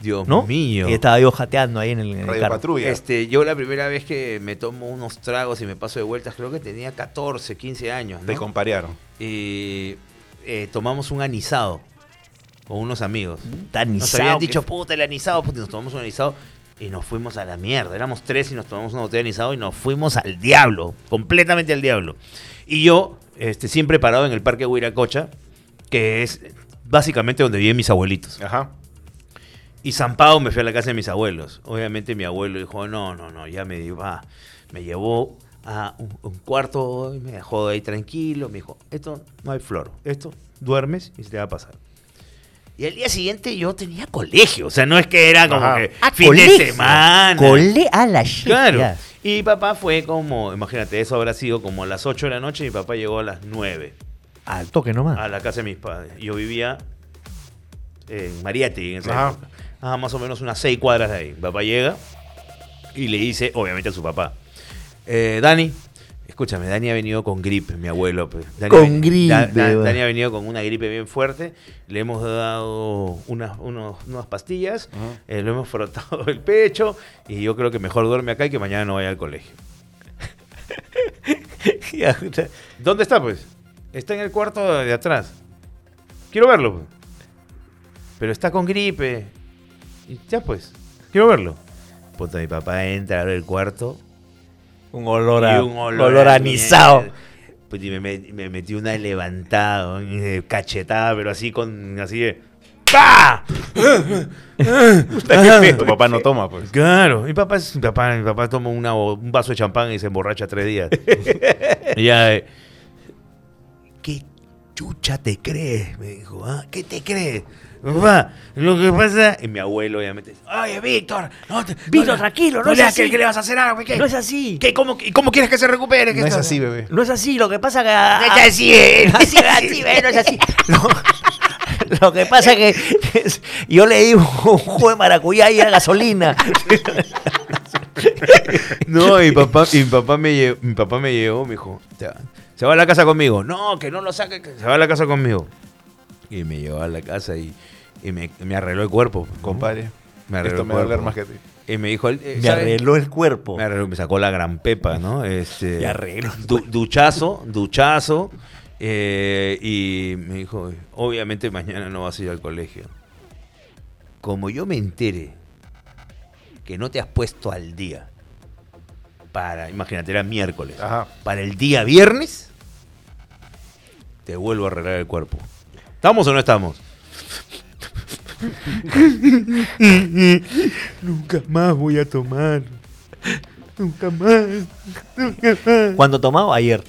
C: Dios
B: ¿no?
C: mío.
B: Y estaba yo jateando ahí en el, en el
A: Radio
B: carro.
A: Patrulla.
C: Este, yo la primera vez que me tomo unos tragos y me paso de vueltas, creo que tenía 14, 15 años,
A: Te
C: ¿no?
A: comparearon.
C: Y eh, tomamos un anisado con unos amigos.
B: Tan
C: Nos
B: izado
C: habían
B: que
C: dicho, puta, el anisado, puta, y nos tomamos un anisado y nos fuimos a la mierda. Éramos tres y nos tomamos una botella de anisado y nos fuimos al diablo, completamente al diablo. Y yo, este, siempre parado en el parque Huiracocha, que es básicamente donde viven mis abuelitos.
A: Ajá.
C: Y zampado me fui a la casa de mis abuelos. Obviamente mi abuelo dijo, no, no, no, ya me dijo, ah, me llevó a un, un cuarto y me dejó ahí tranquilo. Me dijo, esto no hay flor, esto duermes y se te va a pasar. Y al día siguiente yo tenía colegio, o sea, no es que era como
A: Ajá.
C: que
B: Ah,
C: fin
B: colegio.
C: de semana.
B: Cole a la shit,
C: Claro.
B: ya.
C: Y papá fue como, imagínate, eso habrá sido como a las 8 de la noche y mi papá llegó a las 9
B: Al toque nomás.
C: a la casa de mis padres. Yo vivía en Mariati en esa
A: Ajá.
C: época. Ah, más o menos unas seis cuadras de ahí. Mi papá llega y le dice, obviamente a su papá, eh, Dani, escúchame, Dani ha venido con gripe, mi abuelo. pues. Dani
B: Con
C: ha veni-
B: gripe,
C: Da- Da-
B: va.
C: Dani ha venido con una gripe bien fuerte. Le hemos dado unas, unos- unas pastillas,
A: [LAUGHS]
C: eh, lo hemos frotado [LAUGHS] el pecho y yo creo que mejor duerme acá y que mañana no vaya al [LAUGHS] colegio.
B: Ya, o sea,
C: ¿Dónde está, pues? Está en el cuarto de atrás. Quiero verlo, pues. Pero está con gripe. Y ya, pues. Quiero verlo. Puta, mi papá entra abre el cuarto.
B: un olor
C: y
B: a,
C: un olor,
B: olor
C: a-
B: a anisado.
C: Pues, y me, met- me metí una levantada, un- eh, cachetada, pero así con. Así de. ¡Pah!
A: Puta, qué feo. Tu papá no toma, pues.
C: Claro, mi papá, es- mi papá, mi papá toma una bo- un vaso de champán y se emborracha tres [LAUGHS] días. Y ya, eh, ¿qué chucha te crees? Me dijo, "¿ah? ¿qué te crees? Papá, lo que pasa... Y mi abuelo obviamente, oye, Víctor, no te-
B: Víctor,
C: le-
B: tranquilo, no
C: le
B: es
C: hagas que,
B: así.
C: que le vas a hacer algo, ¿qué?
B: No es así.
C: ¿Qué? ¿Cómo, y cómo quieres que se recupere? ¿Qué
A: No es
C: está-
A: así, bebé.
B: No es así, lo que pasa que... a-
C: No es así, eh.
B: no es [LAUGHS] así, ve, no es así. Lo, lo que pasa que es- yo le di un jugo de maracuyá y era gasolina.
C: No, y papá, y mi papá me llevó, mi papá me llevó, me dijo, "Te va- se va a la casa conmigo. No, que no lo saque, que se va a la casa conmigo. Y me llevó a la casa y, y me, me arregló el cuerpo.
A: Compadre.
C: Me
A: esto
C: arregló el
A: me va a doler
C: cuerpo.
A: más que a ti.
C: Y me dijo, eh,
B: Me
C: ¿sabes?
B: arregló el cuerpo.
C: Me arregló, me sacó la gran pepa, ¿no? Este,
B: Me arregló.
C: du- duchazo, duchazo. eh, y me dijo, obviamente mañana no vas a ir al colegio. Como yo me entere que no te has puesto al día para, imagínate, era miércoles.
A: Ajá.
C: Para el día viernes, te vuelvo a arreglar el cuerpo. ¿Estamos o no estamos? Nunca más voy a tomar. Nunca más. Nunca más.
B: Cuando tomaba ayer.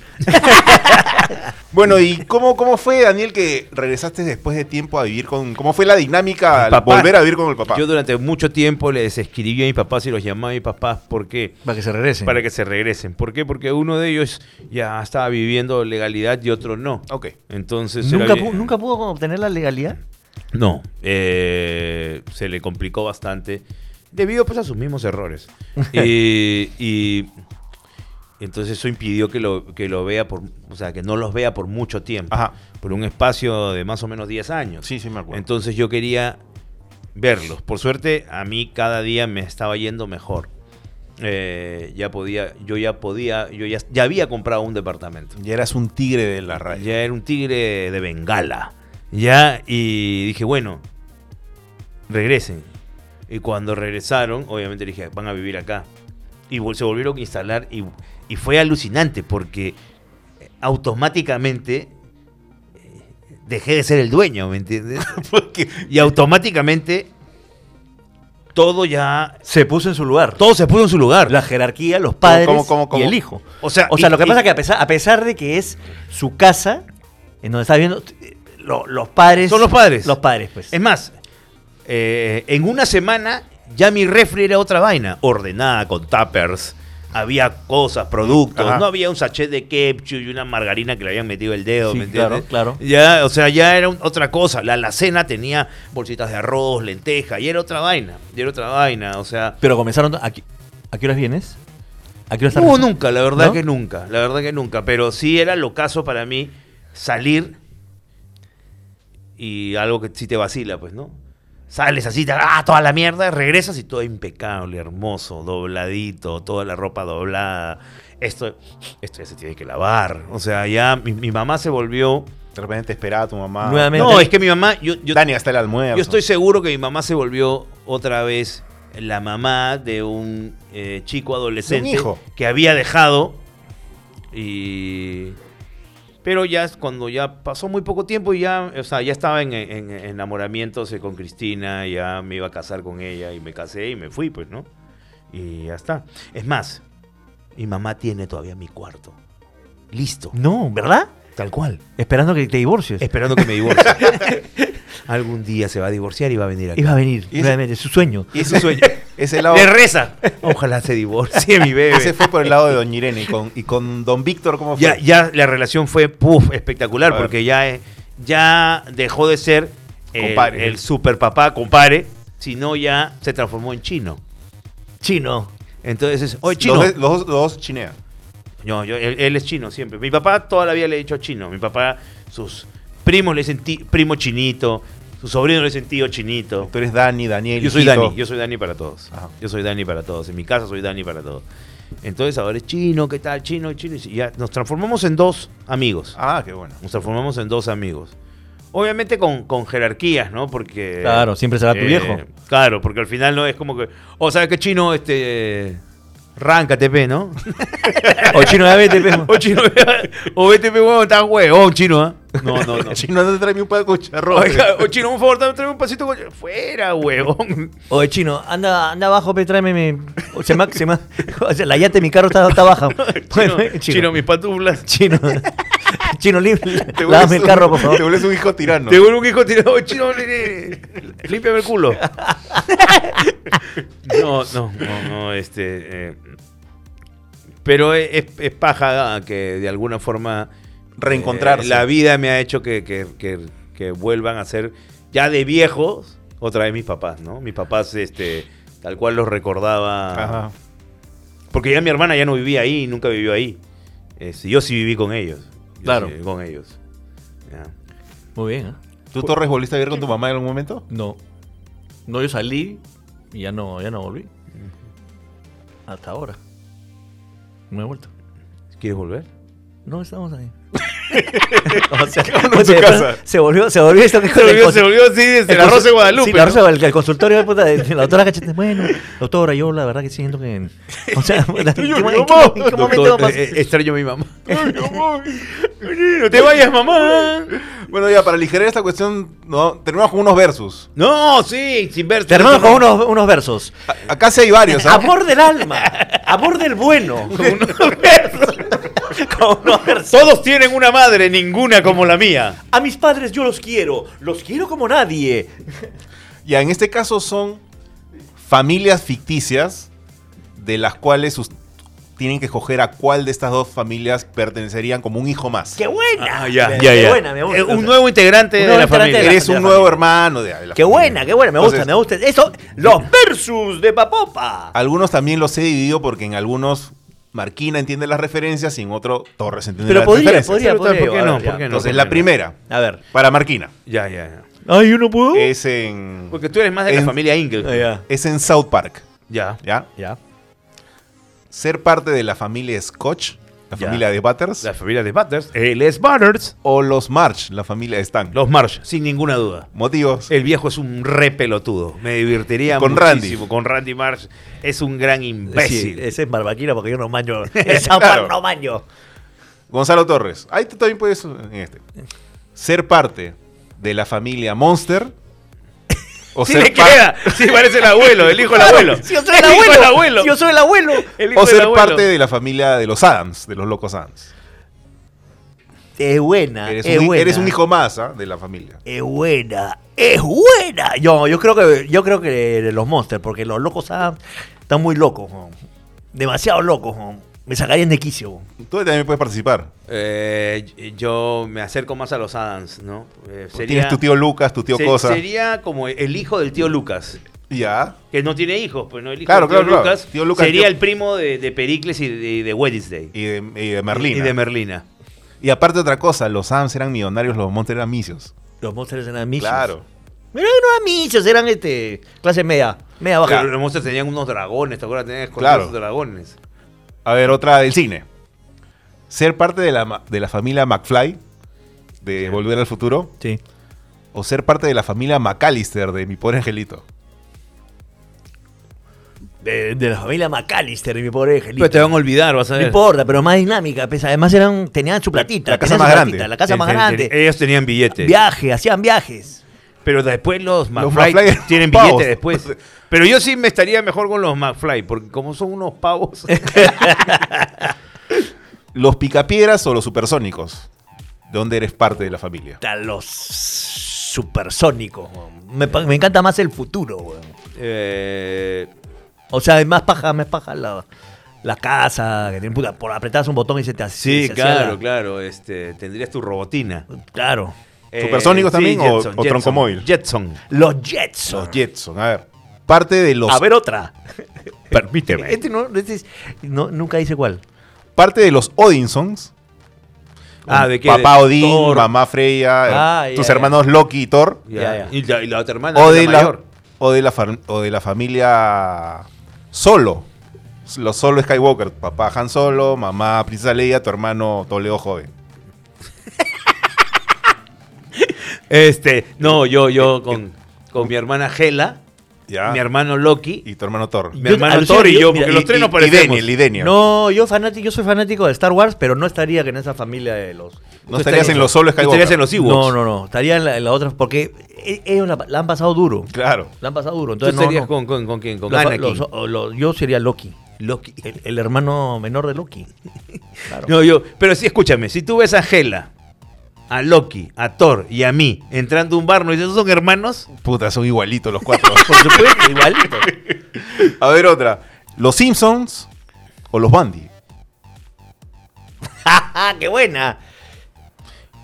A: Bueno, ¿y cómo, cómo fue, Daniel, que regresaste después de tiempo a vivir con... ¿Cómo fue la dinámica al
C: Papá.
A: volver a vivir con el papá?
C: Yo durante mucho tiempo les escribí a mis papás y los llamaba a mis papás porque
B: Para que se regresen.
C: para que se regresen. ¿Por qué? Porque uno de ellos ya estaba viviendo legalidad y otro no.
A: Ok.
C: Entonces era
B: ¿Nunca,
C: bien-
B: pu- ¿Nunca pudo obtener la legalidad?
C: No, eh, se le complicó bastante debido pues a sus
B: [LAUGHS]
C: mismos errores. y, y entonces eso impidió que lo, que lo vea por, o sea, que no los vea por mucho tiempo,
A: Ajá.
C: por un espacio de más o menos 10 años.
A: Sí, sí, me acuerdo.
C: Entonces yo quería verlos. Por suerte a mí cada día me estaba yendo mejor. Eh, ya podía, yo ya podía, yo ya, ya había comprado un departamento.
A: ya eras un tigre de la raya.
C: Ya era un tigre de bengala. Ya, y dije, bueno, regresen. Y cuando regresaron, obviamente le dije, van a vivir acá. Y vol- se volvieron a instalar y, y fue alucinante porque eh, automáticamente eh, dejé de ser el dueño, ¿me entiendes? Porque- y automáticamente todo ya...
B: Se puso en su lugar.
C: Todo se puso en su lugar.
B: La jerarquía, los padres
A: ¿Cómo, cómo, cómo?
B: y el hijo.
C: O sea,
B: O sea,
C: y-
B: lo que
C: y-
B: pasa es que a pesar, a pesar de que es su casa, en donde está viendo, eh, lo- los padres.
C: Son los padres.
B: pues. Los padres, pues.
C: Es más, eh, en una semana ya mi refri era otra vaina, ordenada con tuppers. Había cosas, productos,
A: Ajá.
C: no había un sachet de ketchup y una margarina que le habían metido el dedo,
B: Sí,
C: ¿me entiendes?
B: claro, claro.
C: Ya, o sea, ya era un- otra cosa. La alacena tenía bolsitas de arroz, lenteja, y era otra vaina, y era otra vaina, o sea,
B: Pero comenzaron. ¿A qué, a qué horas vienes? ¿A qué horas
C: No,
B: tardes?
C: nunca, la verdad
B: ¿No?
C: que nunca, la verdad que nunca, pero sí era lo caso para mí salir y algo que sí te vacila, pues, ¿no? Sales así, ta- ah, toda la mierda, regresas y todo impecable, hermoso, dobladito, toda la ropa doblada. Esto, esto ya se tiene que lavar. O sea, ya mi, mi mamá se volvió.
A: De repente te esperaba tu mamá.
B: Nuevamente.
C: No, es que mi mamá, yo, yo,
A: Dani, hasta el almuerzo.
C: yo estoy seguro que mi mamá se volvió otra vez la mamá de un eh, chico adolescente
A: De un hijo.
C: que había dejado. Y. Pero ya es cuando ya pasó muy poco tiempo y ya, o sea, ya estaba en, en- en enamoramientos eh, con Cristina, ya me iba a casar con ella y me casé y me fui, pues, ¿no? Y ya está. Es más, mi mamá tiene todavía mi cuarto. Listo.
B: No, ¿verdad?
C: Tal cual.
B: Esperando que te divorcies.
C: Esperando que me divorcie. Algún día se va a divorciar y va a venir acá.
B: Iba a venir,
A: Y ese-
B: nuevamente, su sueño.
A: Y ese sueño. Ese lado.
C: Le reza. Ojalá se [LAUGHS] divorcie mi
A: Ese
C: bebé.
A: fue por el lado de Doña Irene. Y con, y con Don Víctor, ¿cómo fue?
C: Ya, ya la relación fue puff, espectacular
A: A ver.
C: porque ya, eh, ya dejó de ser el,
A: Compadre.
C: el super papá, compare, sino ya se transformó en chino.
B: Chino.
C: Entonces, es, oye, chino.
A: Los, los, los dos chinean.
C: No, yo- él, él es chino siempre. Mi papá toda la vida le ha dicho chino. Mi papá, sus primos le dicen ti- primo chinito, sus sobrinos le dicen tío chinito.
A: Tú eres Dani, Daniel.
C: Yo soy
A: hijito.
C: Dani, yo soy Dani para todos.
A: Ajá.
C: Yo soy Dani para todos. En mi casa soy Dani para todos. Entonces ahora es chino, ¿qué tal? Chino, chino. Y ya nos transformamos en dos amigos.
A: Ah, qué bueno.
C: Nos transformamos en dos amigos. Obviamente con, con jerarquías, ¿no? Porque. eh,
B: Claro, siempre será tu viejo.
C: Claro, porque al final no es como que. O sea, que chino, este. Ráncate, pe, ¿no? [LAUGHS]
B: O chino, ya vete, pe.
C: o chino, [LAUGHS] o vete, pe, huevón, estás huevón, chino, ¿ah? No, no,
B: [LAUGHS]
C: no.
A: Chino, no te trae mi un paco de chicharrón.
C: Oiga,
A: [LAUGHS]
C: o chino, por favor, dame- tráeme un pasito. con- Fuera, huevón.
B: Oye, chino, anda, anda abajo, pe, tráeme mi- o Se me, se me- [LAUGHS] o sea, la llanta de mi carro está, está baja.
C: Chino,
B: Bueno, [LAUGHS] eh,
C: chino, mis pantuflas.
B: Chino. [LAUGHS] Chino libre.
A: Te vuelves
B: Lávame el
A: un-
B: carro, por
A: Te
B: favor.
A: vuelves un hijo tirano.
C: Te vuelve un hijo tirado chino. li- li- Límpiame el culo. [LAUGHS] No, no, no, no, este. eh, pero es, es paja que de alguna forma.
A: Reencontrarse.
C: eh, la vida me ha hecho que, que- que- que vuelvan a ser ya de viejos otra vez mis papás, ¿no? Mis papás, este. Tal cual los recordaba.
A: Ajá.
C: Porque ya mi hermana ya no vivía ahí, nunca vivió ahí. Este, yo sí viví con ellos. Yo
B: Claro.
C: sí viví con ellos. Ya.
B: Muy bien, ¿eh?
A: ¿Tú, Torres, volviste a vivir con tu mamá en algún momento?
B: No. No, yo salí y ya no, ya no volví. Hasta ahora. No he vuelto.
C: ¿Quieres volver?
B: No estamos [LAUGHS] ahí.
C: [LAUGHS]
B: o sea,
A: en su
B: se,
A: casa.
B: se volvió, [LAUGHS] se volvió esto que
C: Se volvió, se volvió así desde
B: el
C: la Rosa de
B: consul-
C: Guadalupe.
B: Sí, la
C: ¿no?
B: Rosa de Guadalupe, el consultorio puta, de, de la doctora Cachete. Bueno, doctora, yo la verdad que siento que. O [LAUGHS] sea, puta, ¿en qué, mo- en qué mo- en qué momento
C: Doctor,
B: vamos?
C: eh, eh, extraño a mi [LAUGHS] mamá. no te vayas, mamá.
A: Bueno, ya, para aligerar esta cuestión, no, terminamos con unos versus.
C: No, sí, sin ver.
B: Terminamos con unos, unos versos.
A: A- acá sí hay varios, ¿ah?
B: Amor del alma, amor del [LAUGHS] bueno. Con unos versos.
C: Todos tienen una madre, ninguna como la mía.
B: A mis padres yo los quiero, los quiero como nadie.
A: Ya, en este caso son familias ficticias de las cuales us- tienen que escoger a cuál de estas dos familias pertenecerían como un hijo más.
B: ¡Qué buena!
C: Ah, ya,
B: Me-
C: ya,
B: qué
C: ya.
B: buena, me gusta.
C: Eh, un nuevo integrante
B: Un
C: de
B: nuevo
C: la
B: integrante de
C: familia.
B: la-
A: Eres un nuevo hermano de, de la
B: ¡Qué
A: familia.
B: buena, qué buena! Me gusta,
A: Entonces,
B: me gusta. Eso, los versus de Papopa.
A: Algunos también los he dividido porque en algunos Marquina entiende las referencias y en otro Torres entiende
B: Pero
A: las
B: podría,
A: referencias.
B: podría, podría.
C: Pero, ¿por qué
B: A
C: no?
B: ver, ya.
C: ¿Por qué
A: Entonces,
C: no,
A: la
C: no.
A: primera,
B: A ver.
A: para Marquina,
C: Ya, ya, ya.
B: Ay, yo no puedo.
A: es en,
C: Porque tú eres más de la
A: En-
C: familia Ingle.
B: Ah, ya.
A: es en South Park,
C: Ya.
A: ¿ya?
B: Ya.
A: Ser parte de la familia Scotch, la
C: Ya.
A: familia de Butters,
C: La familia de Butters. Él es Butters.
A: o los March, la familia Stan.
C: Los Marsh, sin ninguna duda.
A: Motivos.
C: El viejo es un re pelotudo. Me divertiría
A: Con
C: muchísimo. Con Randy Marsh es un gran
B: Sí,
C: imbécil.
B: ese es barbaquina porque yo no maño. El San
A: Claro.
B: no maño.
A: Gonzalo Torres. Ahí tú también puedes en este. Ser parte de la familia Monster. O
C: Sí
A: ser
C: le
A: par-
C: queda. Sí, parece el abuelo, el hijo del abuelo.
B: Si yo soy el
C: hijo del
B: abuelo.
C: abuelo.
B: Si yo soy el abuelo.
C: El hijo
A: o
C: del
A: ser
C: abuelo.
A: parte de la familia de los Adams, de los locos Adams.
B: es buena,
A: Eres,
B: es
A: un, hi-
B: Ah, buena.
A: eres un hijo más ¿ah? de la familia.
B: Es buena, es buena. Yo, yo creo que yo creo que los monsters, porque los locos ah, están muy locos, weón. demasiado locos, weón. me sacarían de quicio. weón.
A: Tú también puedes participar.
C: Eh, yo me acerco más a los Adams, ¿no? Eh,
A: Tienes tu tío Lucas, tu tío
C: se-
A: Cosa.
C: Sería como el hijo del tío Lucas,
A: Ya.
C: que no tiene hijos, pues no el hijo
A: Claro,
C: del tío,
A: claro, claro.
C: Lucas,
A: Tío Lucas,
C: Sería
A: tío-
C: el primo de, de Pericles y de, de Wednesday.
A: Y de, y de Merlina.
C: Y de Merlina.
A: Y aparte otra cosa, los Sams eran millonarios, los Monsters eran misios.
B: Los monsters eran michos.
A: Claro.
B: Pero no eran michos, eran este clase media, media baja.
C: Porque los monstruos tenían unos dragones, ¿te acuerdas? Tenían escondidos
A: Claro.
C: esos dragones.
A: A ver, otra del cine. Ser parte de la, ma- de la familia McFly, de Volver al Futuro,
B: Sí.
A: o ser parte de la familia McAllister, de Mi Pobre Angelito.
B: De, de la familia McAllister, mi pobre angelito.
C: Pero te van a olvidar, vas a
B: no
C: ver.
B: importa, pero más dinámica. pues, Además eran, tenían su platita.
A: La casa
B: tenían su
A: más
B: platita,
A: grande.
B: La casa más
C: Ten- ten-
B: grande.
C: Ellos tenían billetes.
B: Viaje, hacían viajes.
C: Pero después los
A: Los
C: McFly,
A: McFly eran
C: tienen
A: pavos.
C: billete después. Pero yo sí me estaría mejor con los McFly, porque como son unos
B: [LAUGHS]
C: pavos.
A: ¿Los Picapiedras o los Supersónicos? ¿Dónde eres parte de la familia?
B: Puta, los supersónicos. weón. Me, pa- me encanta más el futuro, weón.
C: eh,
B: O sea, es más paja, más paja la, la casa, que tiene puta, por apretar un botón y se te hace.
C: sí,
B: se hacía
C: claro,
B: la-
C: claro. Este, tendrías tu robotina. Eh,
B: Claro.
A: ¿Supersónicos también o- o troncomóvil?
C: Jetson.
B: Los Jetson.
A: Los Jetson, a ver. Parte de los, eh,
B: A ver otra.
C: Permíteme.
B: Este no, este es- no- nunca dice cuál.
A: parte de los Odinsons.
C: Ah, ¿de qué?
A: Papá
C: De
A: Odín,
C: Thor.
A: mamá Freya,
B: Ah,
A: eh,
B: ya,
A: tus
B: ya.
A: hermanos Loki y Thor.
C: Ya,
B: Ya, ya.
C: Y, la, y la otra hermana,
A: o
C: la
A: de la,
C: mayor.
A: o de la fam- o de la familia solo. Los solo Skywalker, papá Han Solo, mamá Princesa Leia, tu hermano Toledo joven.
C: Este, no, yo,
A: Eh,
C: yo con, con mi hermana Gela,
A: ¿Ya?
C: mi hermano Loki,
A: y tu hermano Thor.
C: mi
B: Yo-
C: hermano
B: alucina,
C: Thor y
B: yo-
C: yo,
B: mira,
C: porque
B: y-
C: los tres
A: y-
C: nos
A: y
C: parecemos.
A: Daniel, y Daniel. No,
B: No, yo fanático, yo soy fanático de Star Wars, pero no estaría que en esa familia de los.
A: estarías en los solo
C: Tú
A: Skywalker.
C: estarías en los Ewoks.
B: No, no, no. Estaría en la, en la otra porque e- ellos la, la han pasado duro.
A: Claro.
B: La han pasado duro.
C: Tú
B: Entonces no,
C: estarías
B: no.
C: Con, con, con quién, con
B: Los-
C: Anakin.
B: los- o los- yo sería Loki. Loki. El, el hermano menor de Loki. Claro.
C: No, yo, pero sí, escúchame, si tú ves a Gela, a Loki, a Thor y a mí entrando a un bar, [LAUGHS] ¿no dices, son hermanos?
A: Puta, son igualitos los
C: [LAUGHS]
A: cuatro.
B: Por supuesto, igualito.
A: A ver otra. ¿Los Simpsons o los Bandy?
B: ¡Ah, qué buena!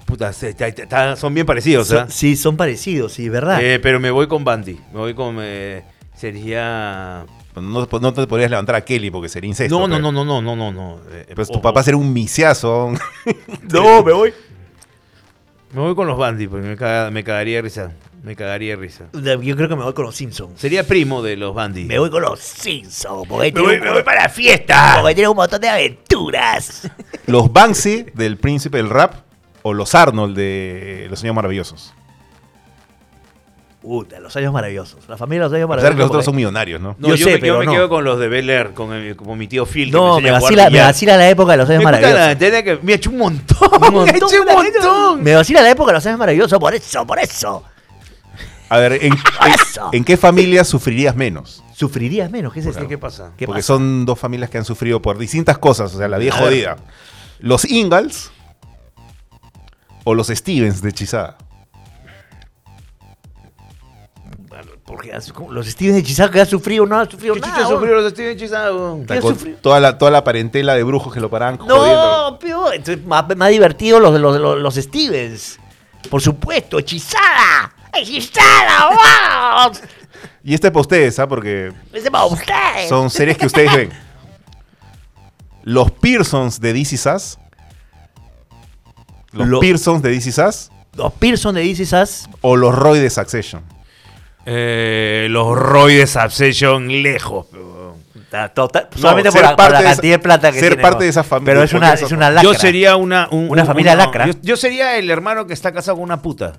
C: Puta, se- ta- ta- ta- son bien parecidos, ¿ah?
B: Son- sí, son parecidos, sí, ¿verdad?
C: Eh, pero me voy con Bandy, me voy con... eh, sería...
A: No, te- no te podrías levantar a Kelly porque sería incesto.
C: no, no,
A: pero-
C: no, no, no, no, no, no. eh,
A: Pues
C: o-
A: tu papá sería un misiazo.
B: no, me voy.
C: Me voy con los Bandy, porque me, caga- me cagaría de risa, me cagaría de risa.
B: Yo creo que me voy con los Simpsons.
C: Sería primo de los Bandy.
B: Me voy con los Simpsons. Porque
C: Me voy- me voy para la fiesta.
B: Porque tiene un montón de aventuras.
A: ¿Los Banksy del Príncipe del Rap o los Arnold de Los Señores Maravillosos?
B: Puta, los años maravillosos. La familia de los años
A: A pesar que
B: maravillosos.
A: los otros son
B: porque-
A: millonarios, ¿no?
C: No,
B: Yo
C: yo,
B: sé,
C: me, yo
B: pero
C: me
B: no.
C: quedo con los de Bel Air, con, el- con mi tío Phil. que
B: No,
C: enseña
B: me
C: a jugar
B: vacila, me
C: billar.
B: vacila la época de los años
C: Me gusta la
B: maravillosos.
C: antena que me ha hecho un montón.
B: Un
C: [LAUGHS] me ha hecho un
B: la gente-
C: montón.
B: Me vacila la época de los años maravillosos. Por eso, por eso.
A: A ver,
B: [LAUGHS]
A: ¿en, en-
B: Eso.
A: en qué familia sufrirías menos?
B: Sufrirías menos. ¿Qué es esto?
C: ¿Qué pasa?
B: ¿Qué
A: Eh. Porque
B: pasa?
A: son dos familias que han sufrido por distintas cosas, o sea, la vieja
B: A ver.
A: jodida. Los Ingalls o los Stevens de Hechizada.
B: Porque has- como los Steven de Chisaco que ha sufrido, no ha sufrido
C: ¿Qué
B: nada.
C: chucha
B: weón.
C: sufrió los Steven Chisago?
B: ¿Qué ha
A: Con
B: sufrido?
A: Toda la, toda la parentela de brujos que lo paraban jodiendo.
B: No, peor. Entonces, más, más divertido los de los, los, los Stevens. Por supuesto, hechizada. ¡Hechizada! [LAUGHS] ¡Vamos!
A: Y este es para ustedes, ¿ah? Porque
B: ¡Ese para ustedes!
A: son series que ustedes ven. Los Pearsons de DC Sass. Los
B: Lo-
A: Pearsons de DC Sass
B: Los Pearson de DC Sass.
A: o los Roy de Succession.
C: Eh, los Roy de Obsession lejos. pero-
B: ta- to- ta-
A: No,
B: Solamente
A: ser
B: por, la, por
A: parte
B: la
A: de esa-
B: cantidad de plata que
A: ser
B: tiene,
A: parte
B: weón.
A: de esa fami-
B: Pero es
A: de
B: una,
A: esa
B: es una lacra.
C: Yo sería una... un-
B: Una
C: un-
B: familia
C: una-
B: lacra.
C: Yo, yo sería el hermano que está casado con una puta.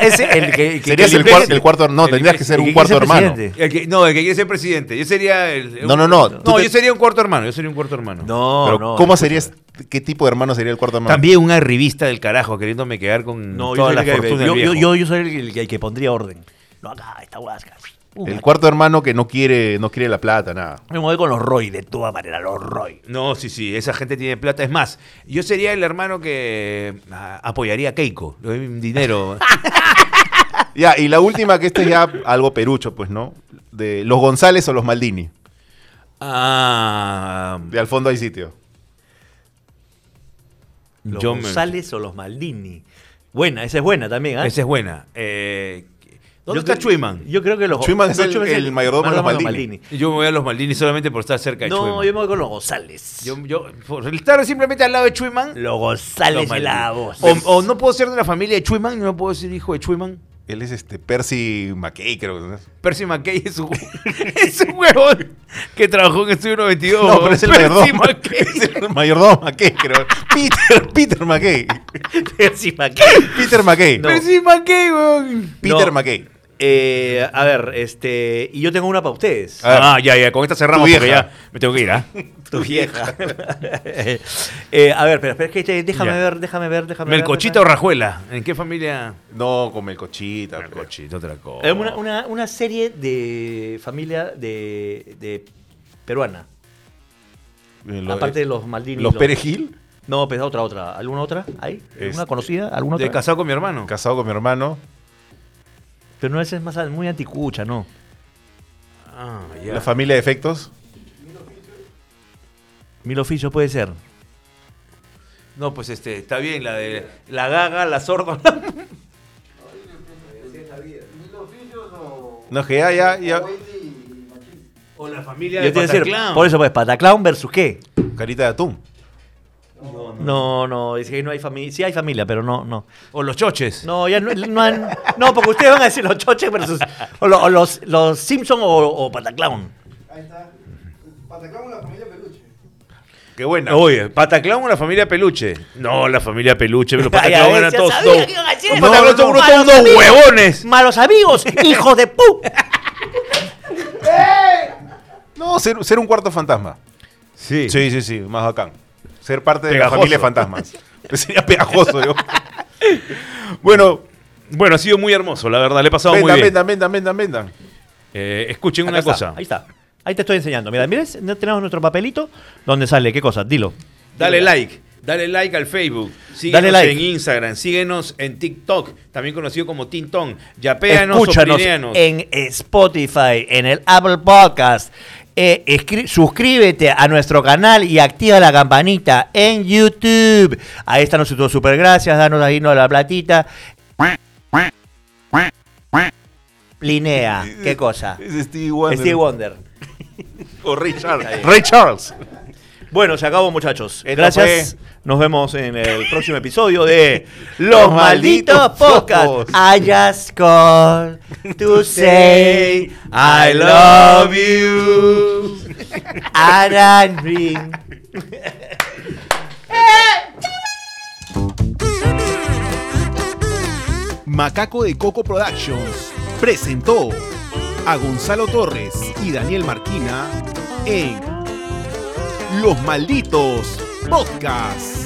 B: Ese, el que, que-
A: Serías
B: que-
A: el,
B: que-
A: cuar- el cuarto. No,
C: el
A: tendrías
C: inglés-
A: que ser
B: el
A: un
B: inglés
A: cuarto
B: es
A: hermano.
B: presidente.
C: El que- no, el que quiere ser presidente. Yo sería el...
A: No, no, no, tú
C: No,
A: te-
C: yo sería un cuarto hermano. Yo sería un cuarto hermano.
B: No,
A: Pero,
B: no.
A: ¿cómo serías? ¿Qué tipo de hermano sería el cuarto hermano?
C: También una revista del carajo queriéndome quedar con
B: No, yo soy,
C: toda la
B: el que-
C: fortuna
B: yo,
C: del
B: yo-
C: viejo.
B: yo- yo soy el, el que- el que pondría orden. No, acá, esta huasca.
A: El cuarto hermano que no quiere, no quiere la plata, nada.
B: Me voy con los Roy, de todas maneras, los Roy.
C: No, sí, sí, esa gente tiene plata. Es más, yo sería el hermano que ah, apoyaría a Keiko. Le doy
B: [LAUGHS]
C: mi dinero.
A: Ya, y la última, que este es ya algo perucho, pues, ¿no? De los González o los Maldini.
C: ah,
A: De al fondo hay sitio.
B: Los
C: Yo me-
B: González o los Maldini. Buena, esa es buena también, ¿ah?
C: esa es buena. Eh, ¿Dónde
B: Yo
C: está
B: cre-
C: Chuiman?
B: Yo creo que los
A: Chuiman es
B: no,
A: el- el mayordomo de los Maldini.
C: Yo me voy a los Maldini solamente por estar cerca de
B: No,
C: Chuyman.
B: yo me voy con los González.
C: Yo, yo- por estar simplemente al lado de Chuyman.
B: Los González
C: Los
B: de la
C: Maldini.
B: voz.
C: O, o no puedo ser de la familia de Chuyman, no puedo ser hijo de Chuyman.
A: Él es este Percy McKay, creo que es.
C: Percy McKay es un, [LAUGHS] es un huevón que trabajó en Estudio 92.
A: No, pero es el
C: Percy
A: mayordomo.
B: [LAUGHS]
C: McKay.
A: [LAUGHS] Es el mayordomo McKay, creo. Peter, Peter McKay.
B: [LAUGHS] Encima, ¿qué?
A: Peter McKay.
B: No.
C: Percy McKay, huevón.
A: Peter
B: No.
A: McKay.
B: Eh, a ver, este. Y yo tengo una para ustedes.
A: A ver.
C: Ah, ya, ya, con esta cerramos
A: Tu
C: porque
A: vieja.
C: ya me tengo que
B: [LAUGHS]
C: ir, ¿ah?
B: Tu vieja. [LAUGHS] Eh, a ver, pero espera, es que te- déjame
C: Ya.
B: ver, déjame ver, déjame ver.
C: ¿Melcochita o Rajuela? ¿En qué familia?
A: No, con Melcochita. creo.
C: Melcochita, otra cosa.
B: Eh, Una, una, una serie de familia de, de peruana.
A: Eh, lo-
B: aparte de los Maldini.
A: Los Perejil.
B: No, pero otra, otra. ¿Alguna otra? ¿Hay? ¿Alguna
A: Este,
B: conocida? ¿Alguna
C: De
B: otra?
C: casado con mi hermano.
A: Casado con mi hermano.
B: Pero no, esa es más muy anticucha, ¿no?
C: Ah, ya.
A: La familia de efectos.
B: Mil oficios puede ser.
C: No, pues este, está bien, la de la gaga, la sorda.
A: No, es que ya, ya, ya.
C: o la familia
B: Yo te iba a decir, por eso pues, Pataclown versus qué.
A: Carita de atún.
B: No, no, dice que no hay familia. Sí hay familia, pero no, no.
C: O los choches.
B: No, ya no, no han- no, porque ustedes van a decir los choches versus. O, lo- o los, los Simpson o, o Pataclown.
F: Ahí está. Pataclón la familia peluche.
A: Qué buena.
C: Oye, Pataclón o la familia Peluche. No, la familia Peluche, pero
B: Ay,
C: Pataclón
B: ay, [LAUGHS]
C: eran
B: ya
C: todos.
B: sabía
C: dos-
B: que iban a decir
C: Los
B: eso.
C: Pataclón son
B: No,
C: unos
B: no,
C: todos
B: no.
C: unos huevones.
B: Malos
C: [LAUGHS]
B: amigos, hijos de pu.
A: No, ser, ser un cuarto fantasma.
C: Sí.
A: Sí, sí, sí, más bacán. Ser parte de
C: Pegajoso.
A: la familia fantasma. Pues sería pegajoso yo. Bueno,
C: Bueno, ha sido muy hermoso, la verdad, le he pasado muy
A: vendan,
C: bien.
A: vendan, vendan, vendan, vendan.
C: Eh, escuchen una
B: Acá está,
C: cosa.
B: Ahí está. Ahí te estoy enseñando. Mira, mires, no tenemos nuestro papelito. ¿Dónde sale? ¿Qué cosa? Dilo.
C: Dale like. Dale like al Facebook. Síguenos
B: Dale like.
C: en Instagram. Síguenos en TikTok. También conocido como Tintón. Yapéanos o
B: Escúchanos
C: prineanos.
B: en Spotify, en el Apple Podcast. Eh, escri- suscríbete a nuestro canal y activa la campanita en YouTube. Ahí están nuestros super gracias. Danos ahí no la platita. Plinea, ¿qué cosa?
A: Es Stevie Wonder.
B: Ah. Steve Wonder.
A: O Ray Charles. Ray Charles.
B: Bueno, se acabó, muchachos.
A: Esto
B: Gracias. Nos vemos en el próximo episodio de [LAUGHS] Los Malditos
A: Malditos
B: Podcast.
A: Focos.
B: I just call to [LAUGHS] say I love you.
C: you.
B: Aran Ring.
E: Macaco de Coco Productions presentó a Gonzalo Torres y Daniel Marquina en Los Malditos Podcasts.